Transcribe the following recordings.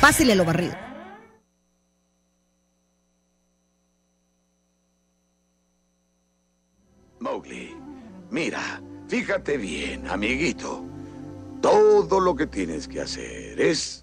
Pásele lo barrido. Mowgli, mira, fíjate bien, amiguito. Todo lo que tienes que hacer es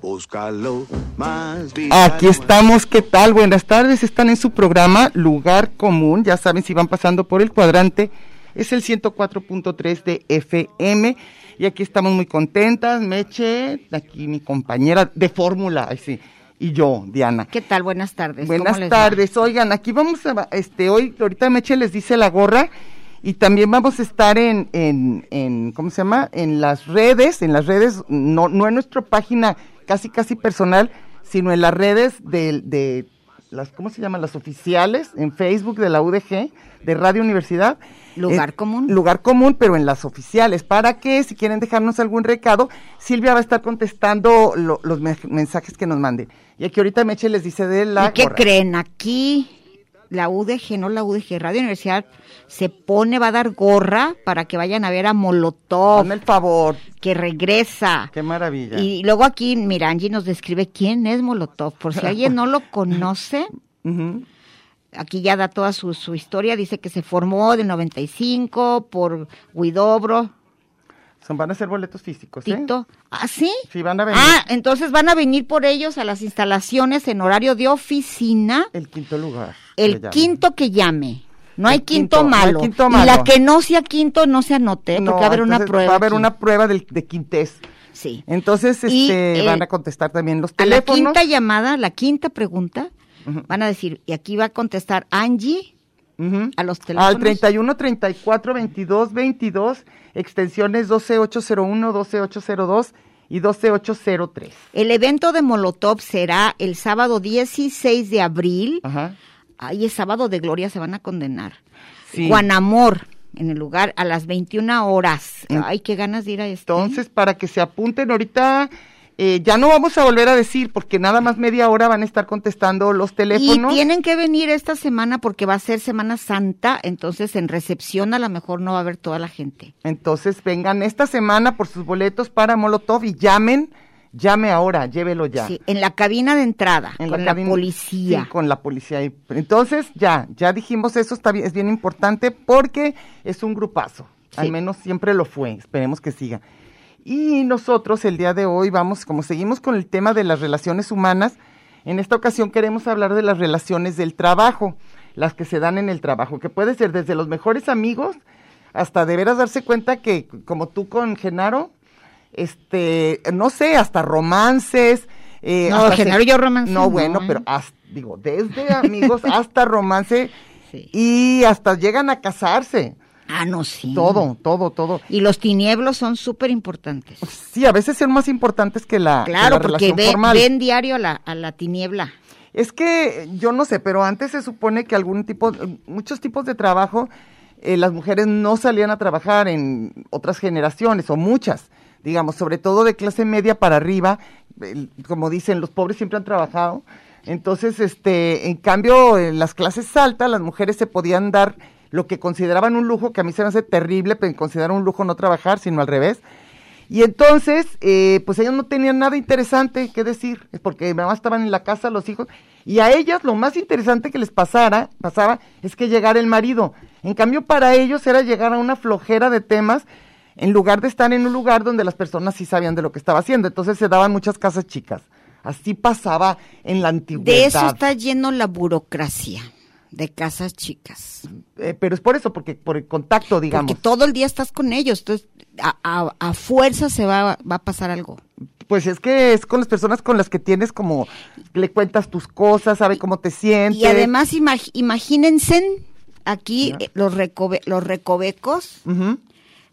Búscalo más vital. Aquí estamos, ¿qué tal? Buenas tardes, están en su programa Lugar Común, ya saben si van pasando por el cuadrante, es el 104.3 de FM y aquí estamos muy contentas, Meche, aquí mi compañera de fórmula, ay, sí, y yo, Diana. ¿Qué tal? Buenas tardes. ¿Cómo Buenas les va? tardes, oigan, aquí vamos a, este, hoy, ahorita Meche les dice la gorra y también vamos a estar en, en, en, ¿cómo se llama? En las redes, en las redes, no, no en nuestra página casi, casi personal, sino en las redes de, de las, ¿cómo se llaman? Las oficiales, en Facebook de la UDG, de Radio Universidad. Lugar Eh, común. Lugar común, pero en las oficiales, para que si quieren dejarnos algún recado, Silvia va a estar contestando lo- los me- mensajes que nos manden. Y aquí ahorita Meche les dice de la... ¿Y qué gorra. creen? Aquí la UDG, no la UDG, Radio Universidad se pone, va a dar gorra para que vayan a ver a Molotov, Hazme el favor, que regresa. qué maravilla. Y luego aquí Mirangi nos describe quién es Molotov. Por si alguien no lo conoce, Ujú. aquí ya da toda su, su historia. Dice que se formó del 95 por Guidobro, ¿Ah, Son, van a ser boletos físicos, ¿eh? Tito. ¿Ah, sí? Sí, van a venir. Ah, entonces van a venir por ellos a las instalaciones en horario de oficina. El quinto lugar. le El llaman. quinto que llame. No El hay quinto, quinto, no hay malo. quinto Y la malo. que no sea quinto no se anote, ¿eh? No, porque va a haber una entonces prueba. Va a haber aquí. una prueba del- de quintés. Sí. Entonces, Y, este, eh, van a contestar también los A la teléfonos. quinta llamada, la quinta pregunta, van a decir, y aquí va a contestar Angie Ujú. a los teléfonos. Al 31 34 22 22, extensiones 12801, 12802 y 12803. El evento de Molotov será el sábado 16 de abril. Ajá. Ahí es sábado de gloria, se van a condenar. Sí. Guanamor, en el lugar, a las 21 horas. Ay, qué ganas de ir a este. esto. Mm. Entonces, para que se apunten ahorita, eh, ya no vamos a volver a decir, porque nada más media hora van a estar contestando los teléfonos. Y tienen que venir esta semana porque va a ser Semana Santa, entonces en recepción a lo mejor no va a haber toda la gente. Entonces, vengan esta semana por sus boletos para Molotov y llamen, llame ahora, llévelo ya. Sí, en la cabina de entrada, En con la, cabina- policía. Sí, con la policía. ahí. Entonces, ya, ya dijimos eso, está bien, es bien importante porque es un grupazo. Al Sí. menos siempre lo fue, esperemos que siga. Y nosotros el día de hoy vamos, como seguimos con el tema de las relaciones humanas, en esta ocasión queremos hablar de las relaciones del trabajo, las que se dan en el trabajo, que puede ser desde los mejores amigos hasta de veras darse cuenta que, como tú con Genaro, este, no sé, hasta romances. eh, No, hasta Genaro y yo romance No, no, bueno, ¿eh? pero hasta- digo, desde amigos hasta romance Sí. y hasta llegan a casarse. Ah, no, sí. Todo, todo, todo. Y los tinieblos son súper importantes. Sí, a veces son más importantes que la, que Claro, la porque relación ve- formal. ven diario a la, a la tiniebla. Es que eh, yo no sé, pero antes se supone que algún tipo, muchos tipos de trabajo, eh, las mujeres no salían a trabajar en otras generaciones o muchas, digamos, sobre todo de clase media para arriba, el- como dicen, los pobres siempre han trabajado. Entonces, este, en cambio, en las clases altas, las mujeres se podían dar lo que consideraban un lujo, que a mí se me hace terrible, pero considerar un lujo no trabajar, sino al revés. Y entonces, eh, pues ellas no tenían nada interesante que decir, es porque nada más estaban en la casa los hijos, y a ellas lo más interesante que les pasara, pasaba es que llegara el marido. En cambio, para ellos era llegar a una flojera de temas en lugar de estar en un lugar donde las personas sí sabían de lo que estaba haciendo. Entonces se daban muchas casas chicas. Así pasaba en la antigüedad. De eso está lleno la burocracia de casas chicas. Eh, pero es por eso, porque por el contacto, digamos. Porque todo el día estás con ellos, entonces a, a- a fuerza se va, va a pasar algo. Pues es que es con las personas con las que tienes como, le cuentas tus cosas, sabe cómo te sientes. Y además imag- imagínense aquí eh, los, recobe- los recovecos Ujú.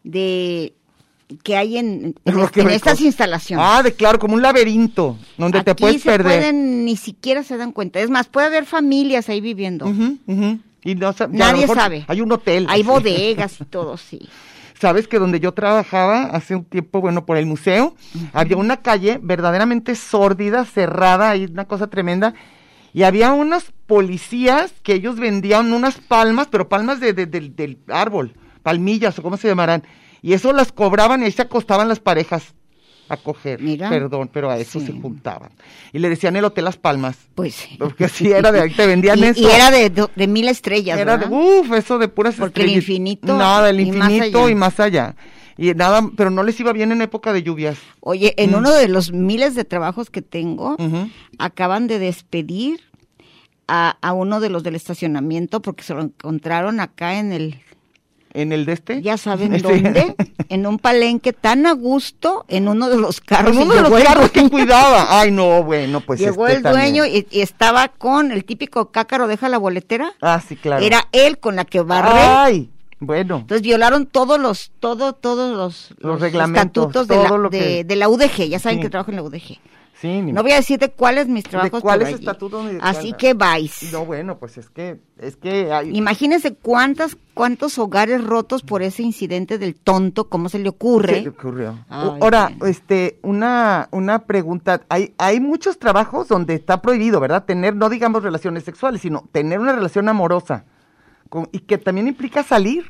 de que hay en, en- este, Lo que en me estas cos- instalaciones. Ah, de claro, como un laberinto donde te Aquí puedes se perder. pueden- ni siquiera se dan cuenta. Es más, puede haber familias ahí viviendo. Ujú, ujú. Y no sa- y a lo Nadie mejor sabe. Hay un hotel. Hay así. bodegas y todo, sí. Sabes que donde yo trabajaba hace un tiempo, bueno, por el museo, había una calle verdaderamente sórdida, cerrada, ahí una cosa tremenda. Y había unos policías que ellos vendían unas palmas, pero palmas de, de- del- del árbol, palmillas o cómo se llamarán. Y eso las cobraban y ahí se acostaban las parejas a coger. Mira. Perdón, pero a eso Sí. se juntaban. Y le decían el hotel Las Palmas. Pues sí. Porque sí, era de ahí te vendían y, eso. y era de, do- de mil estrellas, Era de, uh. ¿verdad? uff, eso de puras Porque el estrellitas. infinito Nada, el y más infinito allá. y más allá. Y nada, pero no les iba bien en época de lluvias. Oye, en uno de los miles de trabajos que tengo, Mm. Ujú. acaban de despedir a, a uno de los del estacionamiento porque se lo encontraron acá en el, En el de este. ya saben Sí. dónde, en un palenque tan a gusto, en uno de los carros. En y uno de los llegó el carros que dueño. cuidaba. Ay, no, bueno, pues. Llegó este el también. dueño y, y estaba con el típico cácaro, deja la boletera. Ah, sí, claro. Ah, Era él con la que barre. Ay, bueno. Entonces violaron todos los, todo, todos los, Los reglamentos, estatutos de, todo la, lo de- que- de la UDG. Ya saben Sí. que trabajo en la UDG. Sí, ni No voy a decir de cuáles mis trabajos. cuáles pero allí. estatutos ni de Así cuál- que vais. No, bueno, pues es que. Es que. Ay, Imagínense cuántas, cuántos hogares rotos por ese incidente del tonto, cómo se le se ocurre. le ocurrió. Ay, Ahora, bueno. este, una, una pregunta. Hay, hay muchos trabajos donde está prohibido, ¿verdad? Tener, no digamos relaciones sexuales, sino tener una relación amorosa. con- y que también implica salir.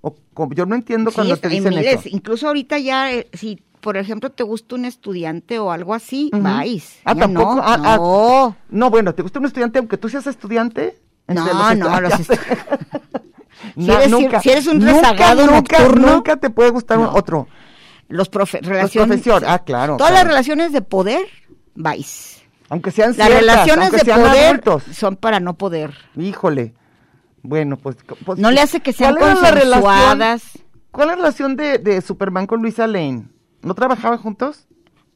O, como- yo no entiendo Sí, cuando es- te hay dicen miles. eso. Incluso ahorita ya, eh, si por ejemplo te gusta un estudiante o algo así, Ujú. vais. Ah, Ya tampoco. No, ah, ah, no. no, bueno, ¿te gusta un estudiante aunque tú seas estudiante? Entre No, los Ah, no, los estudiantes. Si eres- si eres un rezagado nunca, nocturno. nunca te puede gustar un- No. otro. Los profe Los relaciones. profesores, ah, claro. Todas las claro. relaciones de poder, vais. Aunque sean Las ciertas, relaciones aunque de sean poder adultos. son para no poder. Híjole. Bueno, pues, co- pues, No le hace que sean ¿cuál era la relación- consensuadas. ¿Cuál es la relación de, de Superman con Luisa Lane? ¿No trabajaban juntos?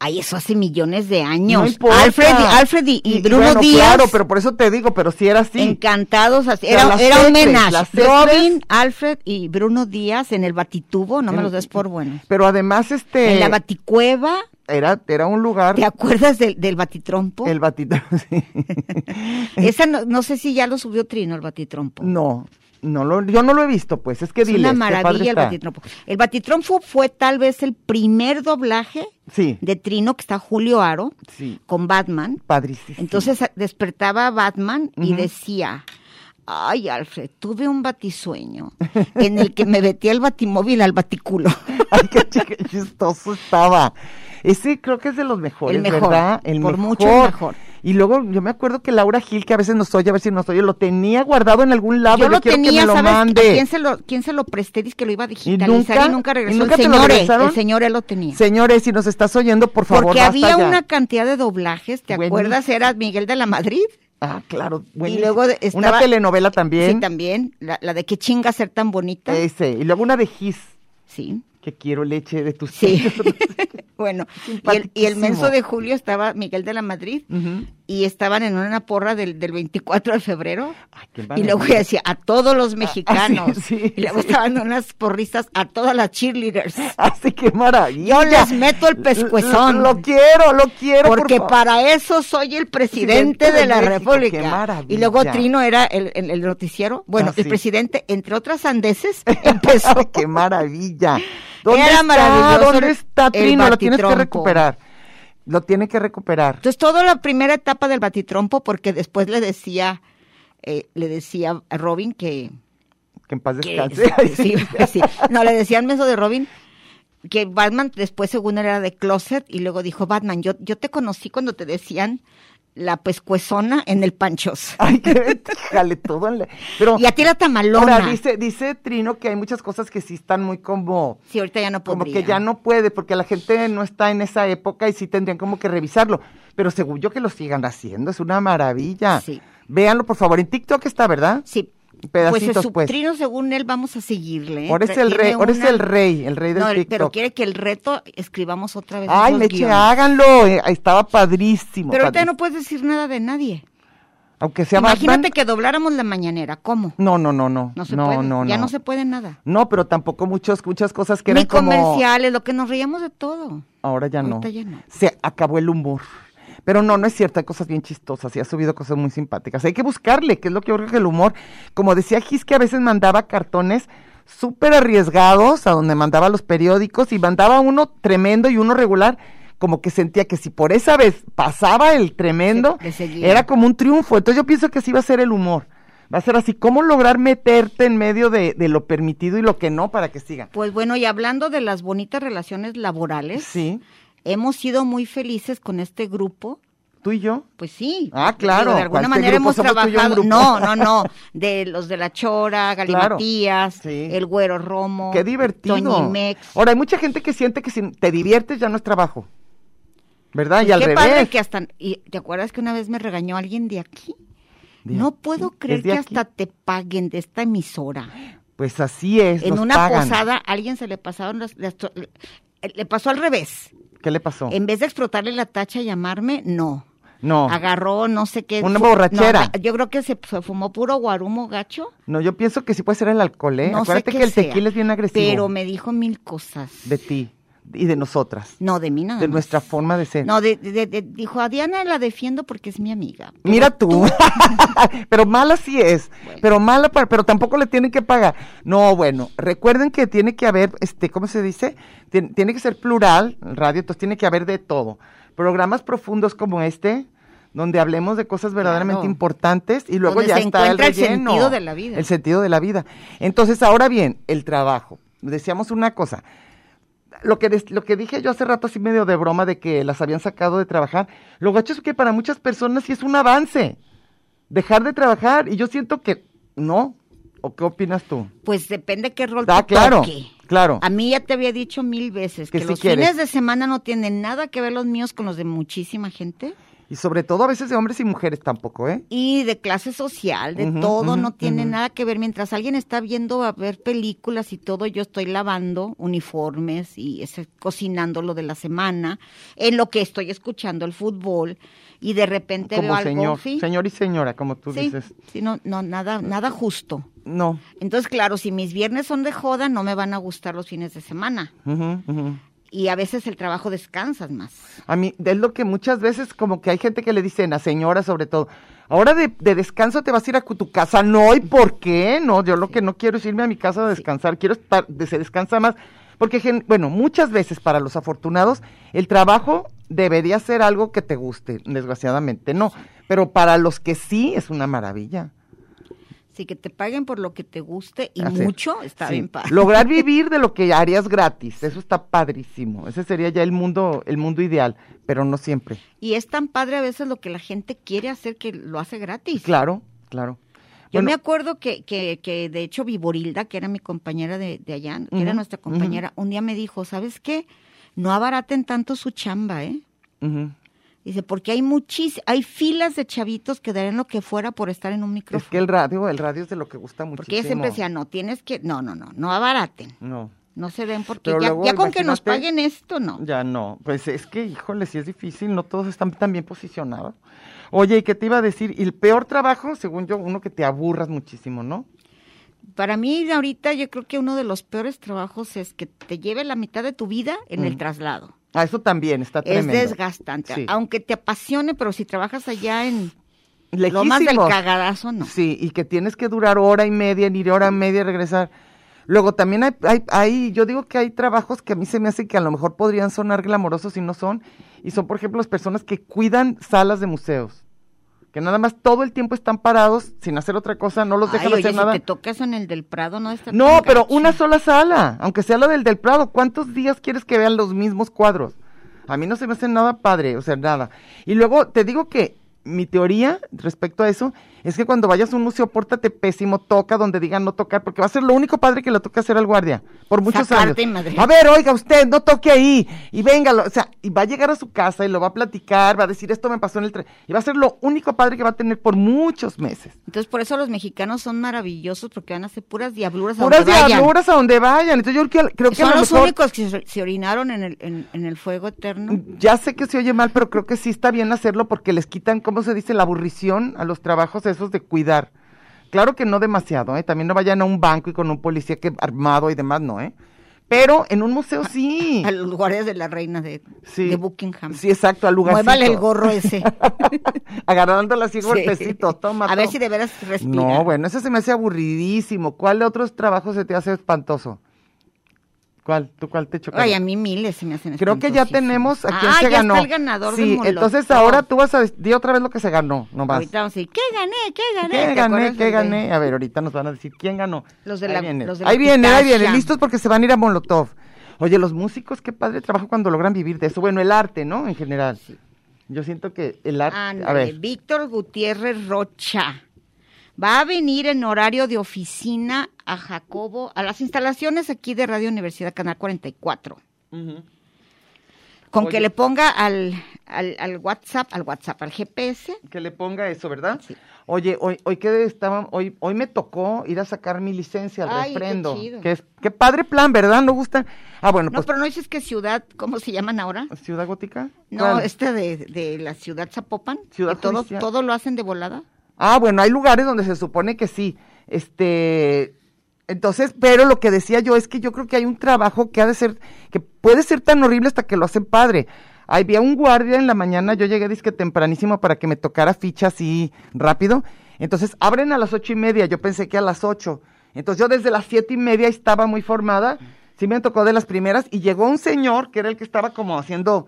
Ay, eso hace millones de años. No importa. Alfred, y- Alfred y, y Bruno bueno, Díaz. Claro, pero por eso te digo, pero si era así. Encantados, así. O sea, era, las era un sexes, menage. las sexes. Robin, Alfred y Bruno Díaz en el Batitubo, no me los des por buenos. Pero además, este. En la Baticueva, era, era un lugar. ¿te acuerdas del, del Batitrompo? El batito. sí. Esa no, no sé si ya lo subió Trino, el Batitrompo. no, no lo, yo no lo he visto, pues. Es que es una diles, qué padre maravilla el está. Batitrompo. El Batitrompo fue tal vez el primer doblaje Sí, de Trino que está Julio Aro sí. con Batman. Padrísimo. Entonces a- despertaba a Batman y Ujú. decía, ay Alfred, tuve un batisueño en el que me metí al batimóvil al baticulo. Ay, qué chi- qué chistoso estaba. Ese creo que es de los mejores, El mejor, ¿verdad? El por mejor. mucho el mejor. Y luego yo me acuerdo que Laura Gil, que a veces nos oye, a ver si nos oye, lo tenía guardado en algún lado. Yo lo Ah, quiero que tenía, me lo ¿sabes? mande. ¿A ¿Quién se lo, quién se lo presté? Dice que lo iba a digitalizar y nunca, nunca? regresó. ¿Y nunca el te lo señor, eh, regresaron? el señor él lo tenía. Señores, si nos estás oyendo, por favor, Porque basta había ya. una cantidad de doblajes, ¿te Buenísimo. acuerdas? Era Miguel de la Madrid. Ah, claro. Y luego de- buenísimo. estaba- Una telenovela también. Sí, también. La, la de qué chinga ser tan bonita. Ese. Y luego una de Gis, Sí. que quiero leche de tus Sí. hijos. bueno. Y el, y el Simpaticísimo. Mm. menso de julio estaba Miguel de la Madrid Ujú. y estaban en una porra del, del 24 de febrero. Ay, qué Y luego maravilla. decía, a todos los mexicanos. Ah, sí, y luego sí. estaban unas porristas a todas las cheerleaders. Así que maravilla. Yo les meto el pescuezón. Lo, lo quiero, lo quiero. por Porque favor. para eso soy el presidente Presidente de, de la México, qué República. maravilla. Y luego Trino era el, el- el noticiero. Bueno, Ah, el sí. presidente, entre otras andeces, empezó. Ay, qué maravilla. ¿Dónde Era está? maravilloso ¿Dónde el- está el Trino? Lo tienes que batitronco. recuperar. Lo tiene que recuperar. Entonces, toda la primera etapa del batitrompo, porque después le decía, eh, le decía a Robin que... Que en paz que- descanse. sí, pues sí. No, le decían eso de Robin. Que Batman después, según él, era de closet y luego dijo, Batman, yo, yo te conocí cuando te decían la pescuezona en el panchos. Ay, qué jale todo. en la- Pero Y a ti la tamalona. ahora dice, dice Trino que hay muchas cosas que sí están muy como... Sí, ahorita ya no Como podría. que ya no puede, porque la gente no está en esa época y sí tendrían como que revisarlo. Pero seguro yo que lo sigan haciendo, es una maravilla. Sí. Véanlo, por favor. En TikTok está, ¿verdad? Sí. Pedacitos, pues el pues. subtrino, según él, vamos a seguirle. ¿eh? Ahora es Tra- el tiene rey, ahora es una- el rey, el rey del No, el- pero TikTok. quiere que el reto escribamos otra vez. Ay, esos Meche, guiones. háganlo. eh, Estaba padrísimo. Pero ahorita padrísimo. no puedes decir nada de nadie. Aunque sea Imagínate Batman- que dobláramos la mañanera. ¿Cómo? No, no, no, no. No se no, puede. no, ya no. no. se puede nada. No, pero tampoco muchas, muchas cosas que Ni eran como... comerciales, lo que nos reíamos de todo. Ahora ya no. Ahorita ya no. Se acabó el humor. Pero no, no es cierto, hay cosas bien chistosas y ha subido cosas muy simpáticas. Hay que buscarle, que es lo que yo creo que el humor. Como decía Gis, que a veces mandaba cartones súper arriesgados a donde mandaba los periódicos y mandaba uno tremendo y uno regular. Como que sentía que si por esa vez pasaba el tremendo, le seguía. era como un triunfo. Entonces yo pienso que así va a ser el humor. Va a ser así, ¿cómo lograr meterte en medio de, de lo permitido y lo que no para que siga? Pues bueno, y hablando de las bonitas relaciones laborales, Sí, hemos sido muy felices con este grupo. tú y yo. Pues sí. Ah, claro. Digo, de alguna ¿Cuál- qué manera grupo hemos somos tú y yo, un trabajado. grupo? No, no, no. De los de la Chora, Galimatías, Claro, sí. el Güero Romo. Qué divertido. Toñimex. Ahora, hay mucha gente que siente que si te diviertes ya no es trabajo. ¿Verdad? Pues Ah, y al qué revés. padre que hasta. Y, ¿Te acuerdas que una vez me regañó alguien de aquí? De no aquí. puedo ¿Es creer de que aquí? hasta te paguen de esta emisora. Pues así es. en nos una pagan. posada a alguien se le pasaron las. las to- le- le pasó al revés. ¿Qué le pasó? En vez de explotarle la tacha y llamarme, no. No. Agarró, no sé qué. Una fu- borrachera. no, yo creo que se, se fumó puro guarumo gacho. No, yo pienso que sí puede ser el alcohol, ¿eh? No sé Acuérdate qué que el sea, tequila es bien agresivo. Pero me dijo mil cosas. De ti y de nosotras. No, de mí nada. de más. nuestra forma de ser. No, de- de- de- dijo a Diana la defiendo porque es mi amiga. Mira tú. pero mala sí es. Pero mala, pa- pero tampoco le tienen que pagar. No, bueno, recuerden que tiene que haber, este, ¿cómo se dice? Tien- tiene que ser plural, radio, entonces tiene que haber de todo. Programas profundos como este, donde hablemos de cosas verdaderamente Claro. importantes y luego Donde ya se está el encuentra el relleno, sentido de la vida. El sentido de la vida. Entonces, ahora bien, el trabajo. Decíamos una cosa lo que, des- lo que dije yo hace rato así medio de broma de que las habían sacado de trabajar, lo gacho es que para muchas personas sí es un avance dejar de trabajar y yo siento que no. ¿O qué opinas tú? Pues depende qué rol Ah, te claro, toque. claro. A mí ya te había dicho mil veces Que que, sí los quieres. fines de semana no tienen nada que ver los míos con los de muchísima gente. Y sobre todo a veces de hombres y mujeres tampoco, ¿eh? Y de clase social, de Ujú, todo, no ujú, tiene ujú. nada que ver. Mientras alguien está viendo a ver películas y todo, yo estoy lavando uniformes y ese- cocinando lo de la semana, en lo que estoy escuchando el fútbol y de repente veo Como algo. señor, sí, señor y señora, como tú sí, dices. sí, no, no, nada, nada justo. No. Entonces, claro, si mis viernes son de joda, no me van a gustar los fines de semana. Ujú, ujú. Y a veces el trabajo descansas más. A mí es lo que muchas veces como que hay gente que le dicen a señora sobre todo, ahora de, de descanso te vas a ir a cu- tu casa, no, ¿y por qué? No, yo lo que no quiero es irme a mi casa a descansar, quiero estar, de- se descansa más, porque gen- bueno, muchas veces para los afortunados el trabajo debería ser algo que te guste, desgraciadamente no, pero para los que sí es una maravilla. Así que te paguen por lo que te guste y hacer. mucho, está Sí. bien padre. Lograr vivir de lo que harías gratis, eso está padrísimo, ese sería ya el mundo, el mundo ideal, pero no siempre. Y es tan padre a veces lo que la gente quiere hacer que lo hace gratis. Claro, claro. Yo Bueno, me acuerdo que, que, que de hecho Viborilda, que era mi compañera de, de allá, que Ujú, era nuestra compañera, un día me dijo, ¿sabes qué? No abaraten tanto su chamba, ¿eh? ujú. Dice, porque hay muchis, hay filas de chavitos que darían lo que fuera por estar en un Es micrófono. que el radio, el radio es de lo que gusta muchísimo. porque ella siempre decía, no, tienes que, no, no, no, no abaraten. No. No se den porque Pero ya, luego, ya con que nos imagínate- paguen esto, no. Ya no, pues es que, híjole, sí es difícil, no todos están tan bien posicionados. Oye, ¿y qué te iba a decir? Y el peor trabajo, según yo, uno que te aburras muchísimo, ¿no? Para mí ahorita yo creo que uno de los peores trabajos es que te lleve la mitad de tu vida en el traslado. Ah, eso también está Es tremendo. desgastante, Sí. aunque te apasione, pero si trabajas allá en Lejísimos. Lomas del Cagadazo, no. Sí, y que tienes que durar hora y media, en ir hora y media y regresar. Luego también hay, hay, hay- yo digo que hay trabajos que a mí se me hace que a lo mejor podrían sonar glamorosos y no son. Y son, por ejemplo, las personas que cuidan salas de museos. Que nada más todo el tiempo están parados sin hacer otra cosa, no los dejan Ay, oye, hacer si nada. te toca eso en el del Prado, no está No, tan pero gacho. una sola sala, aunque sea la del del Prado. ¿Cuántos días quieres que vean los mismos cuadros? A mí no se me hace nada padre, o sea, nada. Y luego te digo que mi teoría respecto a eso es que cuando vayas a un museo, pórtate pésimo, toca donde digan no tocar, porque va a ser lo único padre que le toca hacer al guardia por muchos Sacarte, años. madre. A ver, oiga, usted no toque ahí y venga, lo- o sea, y va a llegar a su casa y lo va a platicar, va a decir esto me pasó en el tren, y va a ser lo único padre que va a tener por muchos meses. Entonces por eso los mexicanos son maravillosos porque van a hacer puras diabluras. a Puras donde vayan. diabluras a donde vayan. Entonces yo creo que- creo que a Son lo los mejor- únicos que se, se orinaron en el, en- en el fuego eterno. Ya sé que se oye mal, pero creo que sí está bien hacerlo porque les quitan, ¿cómo se dice?, la aburrición a los trabajos esos de cuidar. Claro que no demasiado, ¿eh? También no vayan a un banco y con un policía que armado y demás, ¿no, eh? Pero en un museo sí. A los guardias de la reina de, Sí. de Buckingham. Sí, exacto, al lugar. Muévale el gorro ese. Agarrándola así Sí. golpecito, toma. A ver toma. si de veras respira. No, bueno, eso se me hace aburridísimo. ¿Cuál de otros trabajos se te hace espantoso? ¿Cuál? ¿Tú cuál te choca? Ay, a mí miles se me hacen Creo que ya espantosísimos. tenemos a quien ah, se ya ganó. Está el ganador sí, del Molotov. entonces ahora tú vas a decir otra vez lo que se ganó, nomás. Ahorita vamos a decir, ¿qué gané? ¿Qué gané? ¿Qué ¿Te gané? acuerdas ¿Qué del de- gané? A ver, ahorita nos van a decir quién ganó. Los de ahí la- vienen, los de la ahí, vienen ahí pitacha. vienen, listos porque se van a ir a Molotov. Oye, los músicos, qué padre trabajo cuando logran vivir de eso. Bueno, el arte, ¿no? En general. Yo siento que el arte... a Ándale, ver, Víctor Gutiérrez Rocha. Va a venir en horario de oficina a Jacobo, a las instalaciones aquí de Radio Universidad Canal 44. Con que Oye. le ponga al, al, al WhatsApp, al WhatsApp, al GPS. que le ponga eso, ¿verdad? Oye, hoy, hoy que estaba, hoy, hoy me tocó ir a sacar mi licencia al Ay, qué refrendo. chido. Que es, qué padre plan, ¿verdad? ¿No gusta? Ah, bueno, No, pues... pero no dices que ciudad, ¿cómo se llaman ahora? ¿Ciudad Gótica? No, ¿Cuál? este de, de la ciudad Zapopan. Ciudad que todo, judicial. todo lo hacen de volada. Ah, bueno, hay lugares donde se supone que sí. Este, entonces, pero lo que decía yo es que yo creo que hay un trabajo que ha de ser, que puede ser tan horrible hasta que lo hacen padre. Había un guardia en la mañana, yo llegué disque tempranísimo para que me tocara ficha así rápido. Entonces abren a las ocho y media, yo pensé que a las ocho. Entonces yo desde las siete y media estaba muy formada, sí me tocó de las primeras, y llegó un señor que era el que estaba como haciendo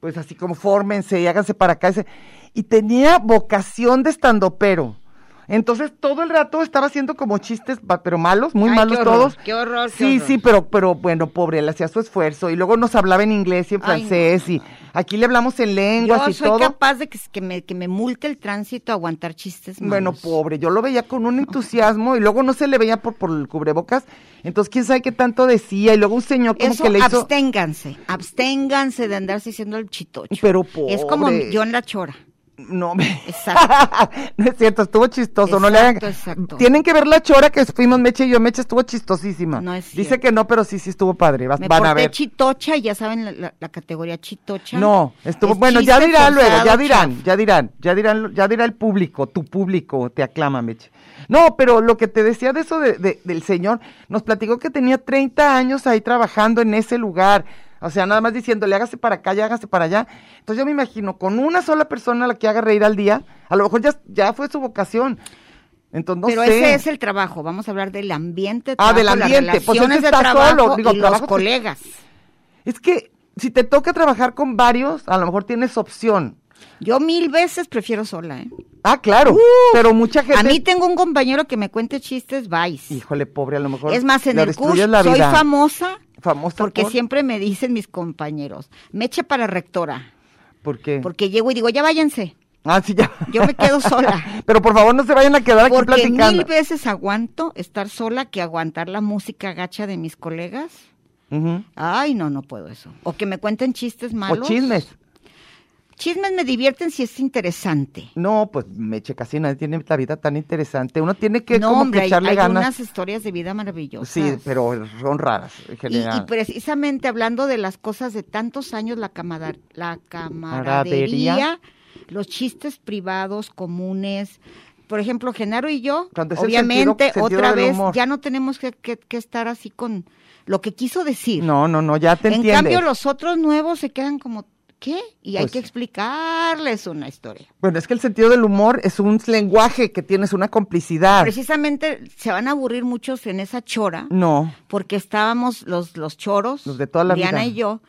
pues así como fórmense y háganse para acá. ese- Y tenía vocación de estandopero. Entonces todo el rato estaba haciendo como chistes, pa- pero malos, muy Ay, malos qué horror, todos. qué horror, qué Sí, horror. sí, pero, pero bueno, pobre, él hacía su esfuerzo. Y luego nos hablaba en inglés y en Ay, no, francés. Y aquí le hablamos en lenguas Yo y soy todo. capaz de que, que me, que me multe el tránsito a aguantar chistes malos. Bueno, pobre, yo lo veía con un entusiasmo y luego no se le veía por, por el cubrebocas. Entonces, quién sabe qué tanto decía. Y luego un señor como Eso, que le hizo. absténganse, absténganse de andarse haciendo el chitocho. Pero Es como pobre. yo en la chora. No, me- Exacto. no es cierto, estuvo chistoso. no le hagan... Exacto, exacto. Tienen que ver la chora que fuimos Meche y yo. Meche estuvo chistosísima. No es Dice cierto. que no, pero sí, sí estuvo padre. Vas- Me van porté a ver. chitocha y ya saben la, la- la categoría chitocha. No, estuvo. Es bueno, ya chiste dirá luego, forzado, ya dirán, chafa. ya dirán, ya dirán, ya dirá el público, tu público te aclama, Meche. No, pero lo que te decía de eso de- de- del señor, nos platicó que tenía 30 años ahí trabajando en ese lugar. O sea, nada más diciéndole, hágase para acá, ya hágase para allá. Entonces yo me imagino, con una sola persona a la que haga reír al día, a lo mejor ya, ya fue su vocación. Entonces, no Pero sé. ese es el trabajo. Vamos a hablar del ambiente. de Ah, del trabajo, las ambiente. Pues relaciones ese de está trabajo solo, digo, y los trabajo que- colegas. es que si te toca trabajar con varios, a lo mejor tienes opción. Yo mil veces prefiero sola. ¿eh? Ah, claro. pero mucha gente. A mí tengo un compañero que me cuente chistes, vice. Híjole, pobre, a lo mejor. Es más, en le el curso destruyes la soy vida. famosa Famosa porque por- siempre me dicen mis compañeros, me echa para rectora, ¿Por qué? porque llego y digo, ya váyanse, Ah, sí, ya. yo me quedo sola. Pero por favor, no se vayan a quedar aquí Porque platicando. mil veces aguanto estar sola que aguantar la música gacha de mis colegas. Ujú. Ay, no, no puedo eso. O que me cuenten chistes O malos. chismes. Chismes me divierten si es interesante. No, pues Meche, casi nadie tiene la vida tan interesante. Uno tiene que no, como hombre, que hay, echarle hay ganas. unas historias de vida maravillosas. Sí, pero son raras en Y, general. y precisamente hablando de las cosas de tantos años, la, camada- la camaradería, Camaradería. los chistes privados comunes. Por ejemplo, Genaro y yo, Cuando es el obviamente, sentido- sentido otra del vez, humor. ya no tenemos que, que- que estar así con lo que quiso decir. No, no, no, ya te en entiendes. cambio, los otros nuevos se quedan como, ¿qué? Y hay Pues que sí. explicarles una historia. Bueno, es que el sentido del humor es un lenguaje que tienes una complicidad. Precisamente se van a aburrir muchos en esa chora. No, porque estábamos los, los choros, Los de toda la Diana vida. y yo,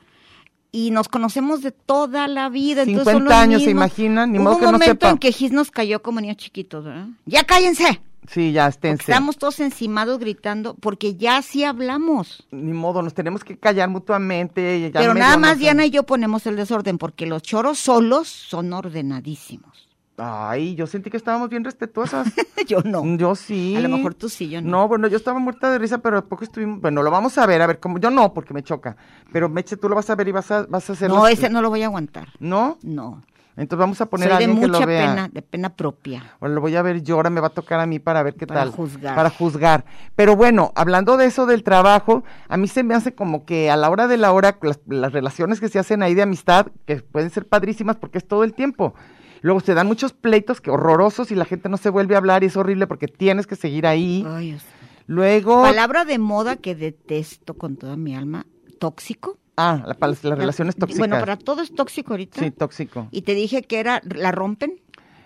y nos conocemos de toda la vida. entonces 50 son los años, ¿se mismos. imaginan? Ni Hubo modo un que no momento sepa. en que Gis nos cayó como niños chiquitos, ¿verdad? ¡Ya cállense! sí, ya Porque esténse. Estábamos todos encimados gritando, porque ya sí hablamos. Ni modo, nos tenemos que callar mutuamente. y ya Pero medio nada más nos- Diana y yo ponemos el desorden, porque los choros solos son ordenadísimos. Ay, yo sentí que estábamos bien respetuosas. yo no. Yo sí. A lo mejor tú sí, yo no. No, bueno, yo estaba muerta de risa, pero poco estuvimos. Bueno, lo vamos a ver, a ver cómo. Yo no, porque me choca. Pero Meche, tú lo vas a ver y vas a, vas a hacer. No, las- ese no lo voy a aguantar. ¿No? No. Entonces vamos a poner Soy a de alguien que mucha lo vea. pena, de pena propia. O lo voy a ver yo, ahora me va a tocar a mí para ver qué Para tal. juzgar. Para juzgar. Pero bueno, hablando de eso del trabajo, a mí se me hace como que a la hora de la hora, las, las relaciones que se hacen ahí de amistad, que pueden ser padrísimas porque es todo el tiempo. Luego se dan muchos pleitos que horrorosos y la gente no se vuelve a hablar y es horrible porque tienes que seguir ahí. Ay, Dios. Luego... Ah. Palabra de moda que detesto con toda mi alma, tóxico. ah, la- pa- las relaciones tóxicas. Bueno, para todo es tóxico ahorita. Sí, tóxico. Y te dije que era, la rompen.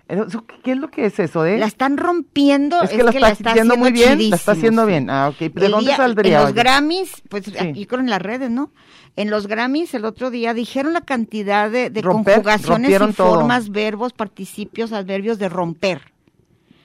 Eso, ¿Qué es lo que es eso, eh? La están rompiendo. es que la está haciendo muy bien, la está chidísimo, haciendo sí. bien. Ah, ok. ¿De El dónde día- saldría? En los oye? Grammys, pues Sí. aquí con las redes, ¿no? En los Grammys el otro día dijeron la cantidad de, de Romper, conjugaciones y rompieron todo. formas, verbos, participios, adverbios de romper.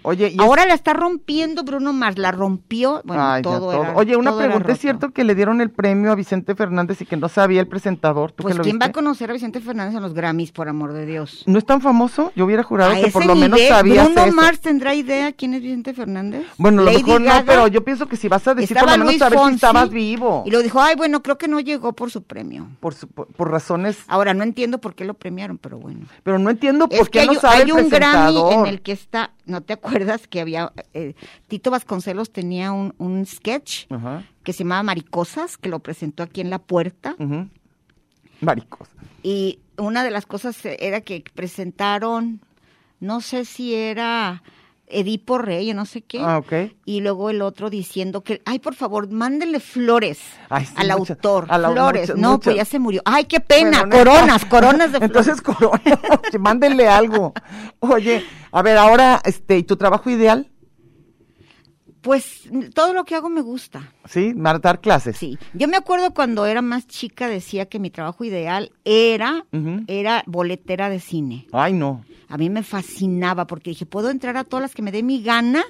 Oye, y es- Ahora la está rompiendo Bruno Mars, la rompió, bueno, Ay, ya todo, era- Oye, una todo era pregunta, ¿es roto. cierto que le dieron el premio a Vicente Fernández y que no sabía el presentador? ¿Tú Pues que lo quién va a viste? conocer a Vicente Fernández en los Grammys, por amor de Dios. ¿No es tan famoso? Yo hubiera jurado A que por ese lo menos nivel, sabías Bruno eso. Mars tendrá idea quién es Vicente Fernández. Bueno, a lo Lady mejor Gaga, no, pero yo pienso que si vas a decir, por estaba lo menos Luis saber si Fonsi, estabas vivo. Y lo dijo, ay, bueno, creo que no llegó por su premio. Por, su- por, por razones... Ahora no entiendo por qué lo premiaron, pero bueno. Pero no entiendo por Es que qué hay, no sabe hay el un Grammy presentador. en el que está, ¿no te acuerdas que había eh, Tito Vasconcelos tenía un, un sketch Ajá, que se llamaba Maricosas, que lo presentó aquí en la puerta? ujú. Maricos. Y una de las cosas era que presentaron, no sé si era Edipo Rey o no sé qué. Ah, ok. Y luego el otro diciendo que, ay, por favor, mándenle flores Ay, sí, al muchas- autor. a la- flores. muchas- no, muchas. pues ya se murió. Ay, qué pena. Bueno, no está. coronas, coronas de flores. Entonces, corona, oye, mándenle algo. Oye, a ver, ahora, este, ¿y tu trabajo ideal? Pues todo lo que hago me gusta. ¿Sí? Mar- Dar clases. Sí. Yo me acuerdo cuando era más chica decía que mi trabajo ideal era, Ujú. era boletera de cine. Ay, no. A mí me fascinaba porque dije, puedo entrar a todas las que me dé mi gana.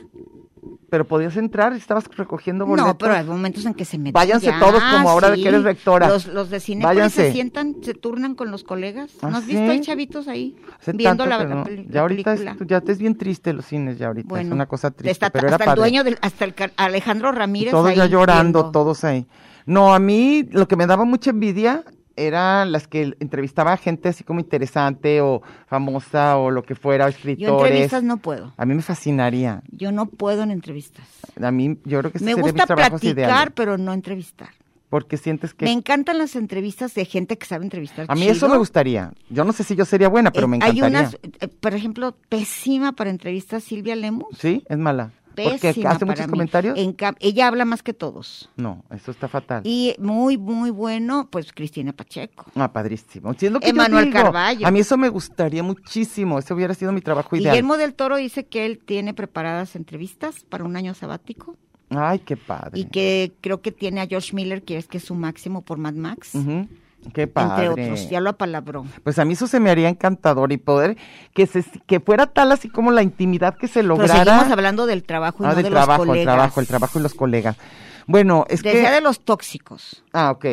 Pero podías entrar y estabas recogiendo boletos. No, pero hay momentos en que se meten. Váyanse ya, todos, como ahora que eres rectora. Los, los de Cinépolis Váyanse. se sientan, se turnan con los colegas. ¿Ah, ¿No has sí? visto? Hay chavitos ahí Hace viendo tanto la, que la no. peli- Ya ahorita es, película. ya te es bien triste los cines, ya ahorita. es una cosa triste. está- pero era hasta el padre. dueño, del- hasta el car- Alejandro Y Ramírez. todos ya ahí llorando, viendo. todos ahí. No, a mí lo que me daba mucha envidia eran las que entrevistaba a gente así como interesante o famosa o lo que fuera, o Yo escritores. entrevistas no puedo. A mí me fascinaría. Yo no puedo en entrevistas. A mí, yo creo que ese Me sería gusta mis trabajos platicar, ideales. pero no entrevistar. Porque sientes que. Me encantan las entrevistas de gente que sabe entrevistar. A mí eso chido. me gustaría. Yo no sé si yo sería buena, pero Eh, me encantaría. Hay unas, eh, por ejemplo, pésima para entrevistas Silvia Lemus. Sí, es mala. Porque Pésima hace para muchos mí. comentarios. En cam- ella habla más que todos. No, eso está fatal. Y muy, muy bueno, pues Cristina Pacheco. Ah, padrísimo. Sí, es lo que yo Emanuel digo. Carballo. A mí eso me gustaría muchísimo. Ese hubiera sido mi trabajo ideal. Guillermo del Toro dice que él tiene preparadas entrevistas para un año sabático Ay, qué padre. y que creo que tiene a George Miller, que es que es su máximo por Mad Max, Ujú. Qué entre padre. otros. Ya lo apalabró. Pues a mí eso se me haría encantador y poder que se que fuera tal así como la intimidad que se Pero lograra. seguimos hablando del trabajo y Ah, no del de trabajo, los colegas. el trabajo, el trabajo y los colegas. Bueno, es Decía que de los tóxicos. ah, ok.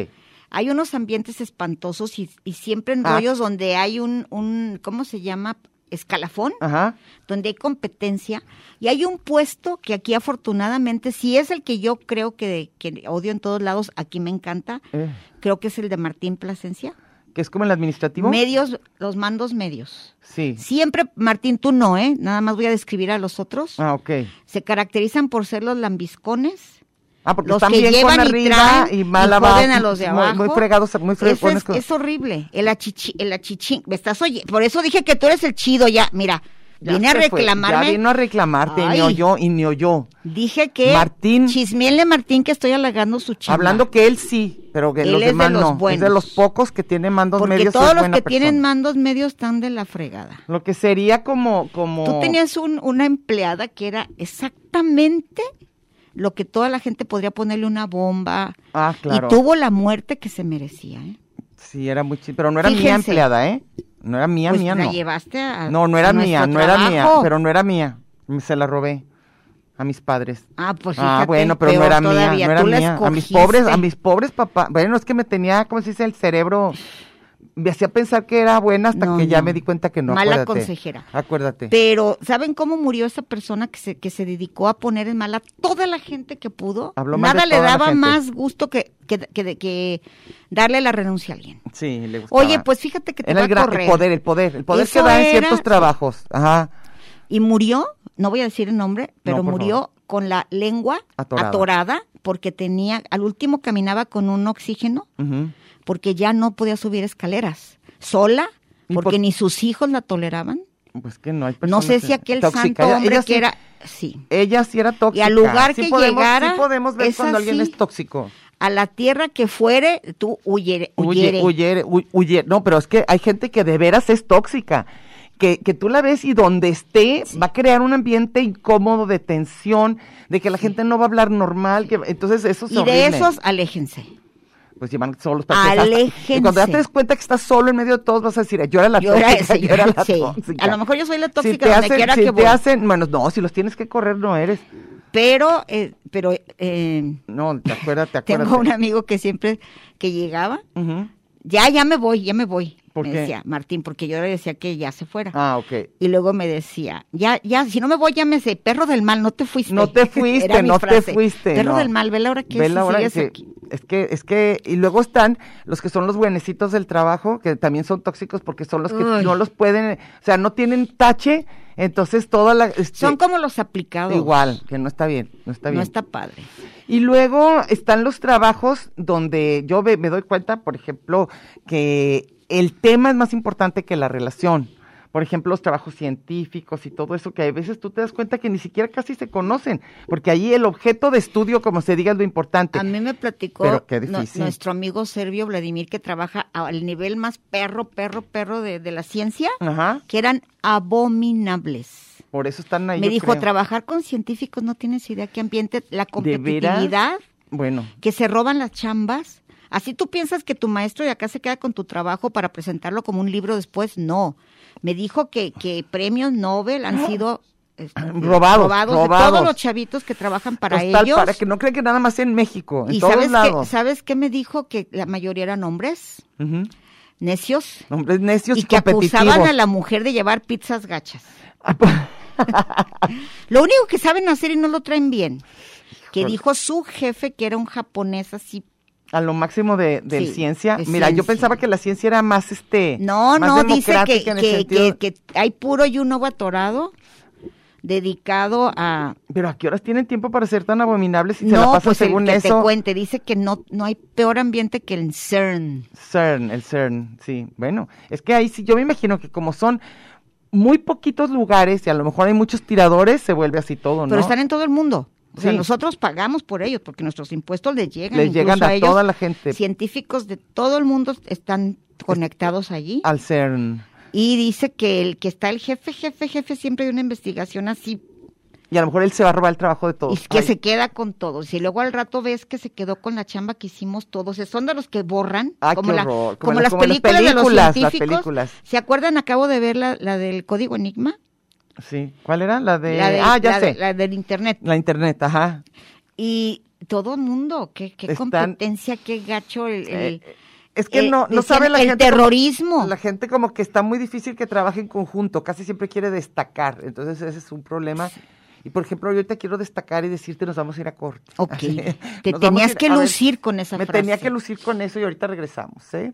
Hay unos ambientes espantosos y, y siempre en Ah. rollos donde hay un, un, ¿cómo se llama? Escalafón, Ajá. donde hay competencia. Y hay un puesto que aquí afortunadamente, si es el que yo creo que, que odio en todos lados, aquí me encanta, Eh. creo que es el de Martín Plasencia. que es como el administrativo. Medios, los mandos medios. sí. Siempre, Martín, tú no, ¿eh? Nada más voy a describir a los otros. Ah, ok. Se caracterizan por ser los lambiscones. Ah, porque los están que bien llevan con y arriba traen y, mal y abajo. joden a los de muy- abajo. Muy, fregados, muy Eso es, fregones. con- es horrible. El achichi, el achichín. Me estás oye. Por eso dije que tú eres el chido ya. Mira, Ya viene a se fue, reclamarme. Ya vino a reclamarte, Ay. ni oyó y ni oyó. Dije que Martín. Chismiele Martín que estoy halagando su chamba. Hablando que él sí, pero que Él los es de demás los no. Es buenos. de los pocos que tiene mandos porque medios. y todos es los buena que tienen persona. mandos medios están de la fregada. Lo que sería como. como... Tú tenías un- una empleada que era exactamente lo que toda la gente podría ponerle una bomba. Ah, claro. Y tuvo la muerte que se merecía. ¿eh? Sí, era muy chido. Pero no era mía Fíjense. empleada, ¿eh? No era mía, Pues mía, la no. llevaste a. No, no a era nuestro mía, no era mía, trabajo. pero no era mía. Se la robé a mis padres. Ah, pues ah, fíjate, bueno, pero no peor era mía, todavía, no era tú la mía. A mis escogiste. pobres, a mis pobres papás. Bueno, es que me tenía, ¿cómo se dice? El cerebro me hacía pensar que era buena hasta No, que ya no. me di cuenta que no. Mala acuérdate. consejera. Acuérdate. Pero, ¿saben cómo murió esa persona que se, que se dedicó a poner en mal a toda la gente que pudo? Habló mal Nada de le toda la daba gente. más gusto que, que, que- que darle la renuncia a alguien. sí, le gustaba. Oye, pues fíjate que te era va el, a gran, el correr. poder, el poder, el poder que Eso da en era- ciertos trabajos. Ajá. Y murió, no voy a decir el nombre, pero por murió con la lengua Atorada. atorada. porque tenía, al último caminaba con un oxígeno Ujú. porque ya no podía subir escaleras. Sola, Y porque por- ni sus hijos la toleraban. Pues que no hay No personas sé si aquel tóxicas. santo Ella- hombre ella que sí- era... Sí. Ella sí era tóxica. lugar Sí que podemos, llegara, Sí podemos ver es cuando alguien así. es tóxico. a la tierra que fuere, tú huyere, huyere. Huye, huyere, hu- huye. No, pero es que hay gente que de veras es tóxica. Que, que tú la ves y donde esté va a crear un ambiente incómodo de tensión, de que la gente no va a hablar normal. Que, entonces, eso es y de horrible. esos, aléjense. Pues llevan solos para que hasta- Aléjense. Y cuando ya te des cuenta que estás solo en medio de todos, vas a decir, yo era la Yo era tóxica. ese, yo yo era la sí. tóxica. A lo mejor yo soy la Si tóxica te donde hacen- quiera si que te voy. hacen, bueno, no, si los tienes que correr, no eres. Pero, eh, pero eh, No, te acuerdas, te acuerdas. tengo un amigo que siempre que llegaba, ya, ya me voy, ya me voy. ¿Por me qué? decía Martín, porque yo le decía que ya se fuera. Ah, ok. Y luego me decía, ya, ya, si no me voy, llámese, perro del mal, no te fuiste. No te Era fuiste, mi no frase. te fuiste. Perro no. del mal, ve la hora que Ve es y la hora sigues que- aquí. Es que, es que, y luego están los que son los buenecitos del trabajo, que también son tóxicos porque son los que Uy. no los pueden, o sea, no tienen tache, entonces toda la... este, Son como los aplicados. Igual, que no está bien, no está bien. No está padre. Y luego están los trabajos donde yo ve- me, doy cuenta, por ejemplo, que el tema es más importante que la relación. Por ejemplo, los trabajos científicos y todo eso, que a veces tú te das cuenta que ni siquiera casi se conocen, porque ahí el objeto de estudio, como se diga, es lo importante. A mí me platicó Pero qué nu- difícil. nuestro amigo serbio Vladimir que trabaja a- al nivel más perro, perro, perro de, de la ciencia, Ajá, que eran abominables. por eso están ahí. Me yo dijo, creo. trabajar con científicos no tienes idea qué ambiente, la ¿De veras? competitividad, Bueno, que se roban las chambas. Así tú piensas que tu maestro de acá se queda con tu trabajo para presentarlo como un libro después. No. Me dijo que, que premios Nobel han sido este, Ah. Robados, de robados. todos los chavitos que trabajan para total, ellos. para que no crean que nada más en México, en ¿Y todos sabes qué, lados. sabes qué me dijo? Que la mayoría eran hombres, Ujú. necios, Hombres necios y que competitivos. acusaban a la mujer de llevar pizzas gachas. Lo único que saben hacer y no lo traen bien. Que Híjole. dijo su jefe que era un japonés así. a lo máximo de, de Sí, ciencia. de Mira, yo ciencia. pensaba que la ciencia era más este. No, más no, dice que, democrática en el que, sentido- que- que hay puro y un ovo atorado dedicado a... Pero a qué horas tienen tiempo para ser tan abominables si se la no, pasan pues según el que te eso. cuente, dice que no, no hay peor ambiente que el CERN. CERN, el CERN, sí. Bueno, es que ahí sí, yo me imagino que como son muy poquitos lugares y a lo mejor hay muchos tiradores, se vuelve así todo, ¿no? Pero están en todo el mundo. O sea, Sí. nosotros pagamos por ellos porque nuestros impuestos les llegan. Les incluso llegan a ellos. toda la gente. Científicos de todo el mundo están conectados allí. Al CERN. Y dice que el que está el jefe, jefe, jefe siempre de una investigación así Y a lo mejor él se va a robar el trabajo de y todos. que Ay, se queda con todos. Y luego al rato ves que se quedó con la chamba que hicimos todos. Eh, Son de los que borran, Ah, como, qué la- horror. Como como las- las, como las películas, de películas, los las científicos. películas. ¿Se acuerdan? Acabo de ver la, la del Código Enigma. Sí. ¿Cuál era? La de. la del- ah, ya la sé. de- la del Internet. La internet, ajá. Y todo el mundo, qué, qué Están- competencia, qué gacho el... el- Eh, es que eh, no, no decían sabe la el gente. cómo- terrorismo. la gente como que está muy difícil que trabaje en conjunto, casi siempre quiere destacar, entonces ese es un problema. Y por ejemplo, yo te quiero destacar y decirte, nos vamos a ir a corte. Ok. Así. Te Nos vamos tenías a ir- que a ver, lucir con esa Me frase. tenía que lucir con eso y ahorita regresamos, ¿eh?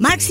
Marx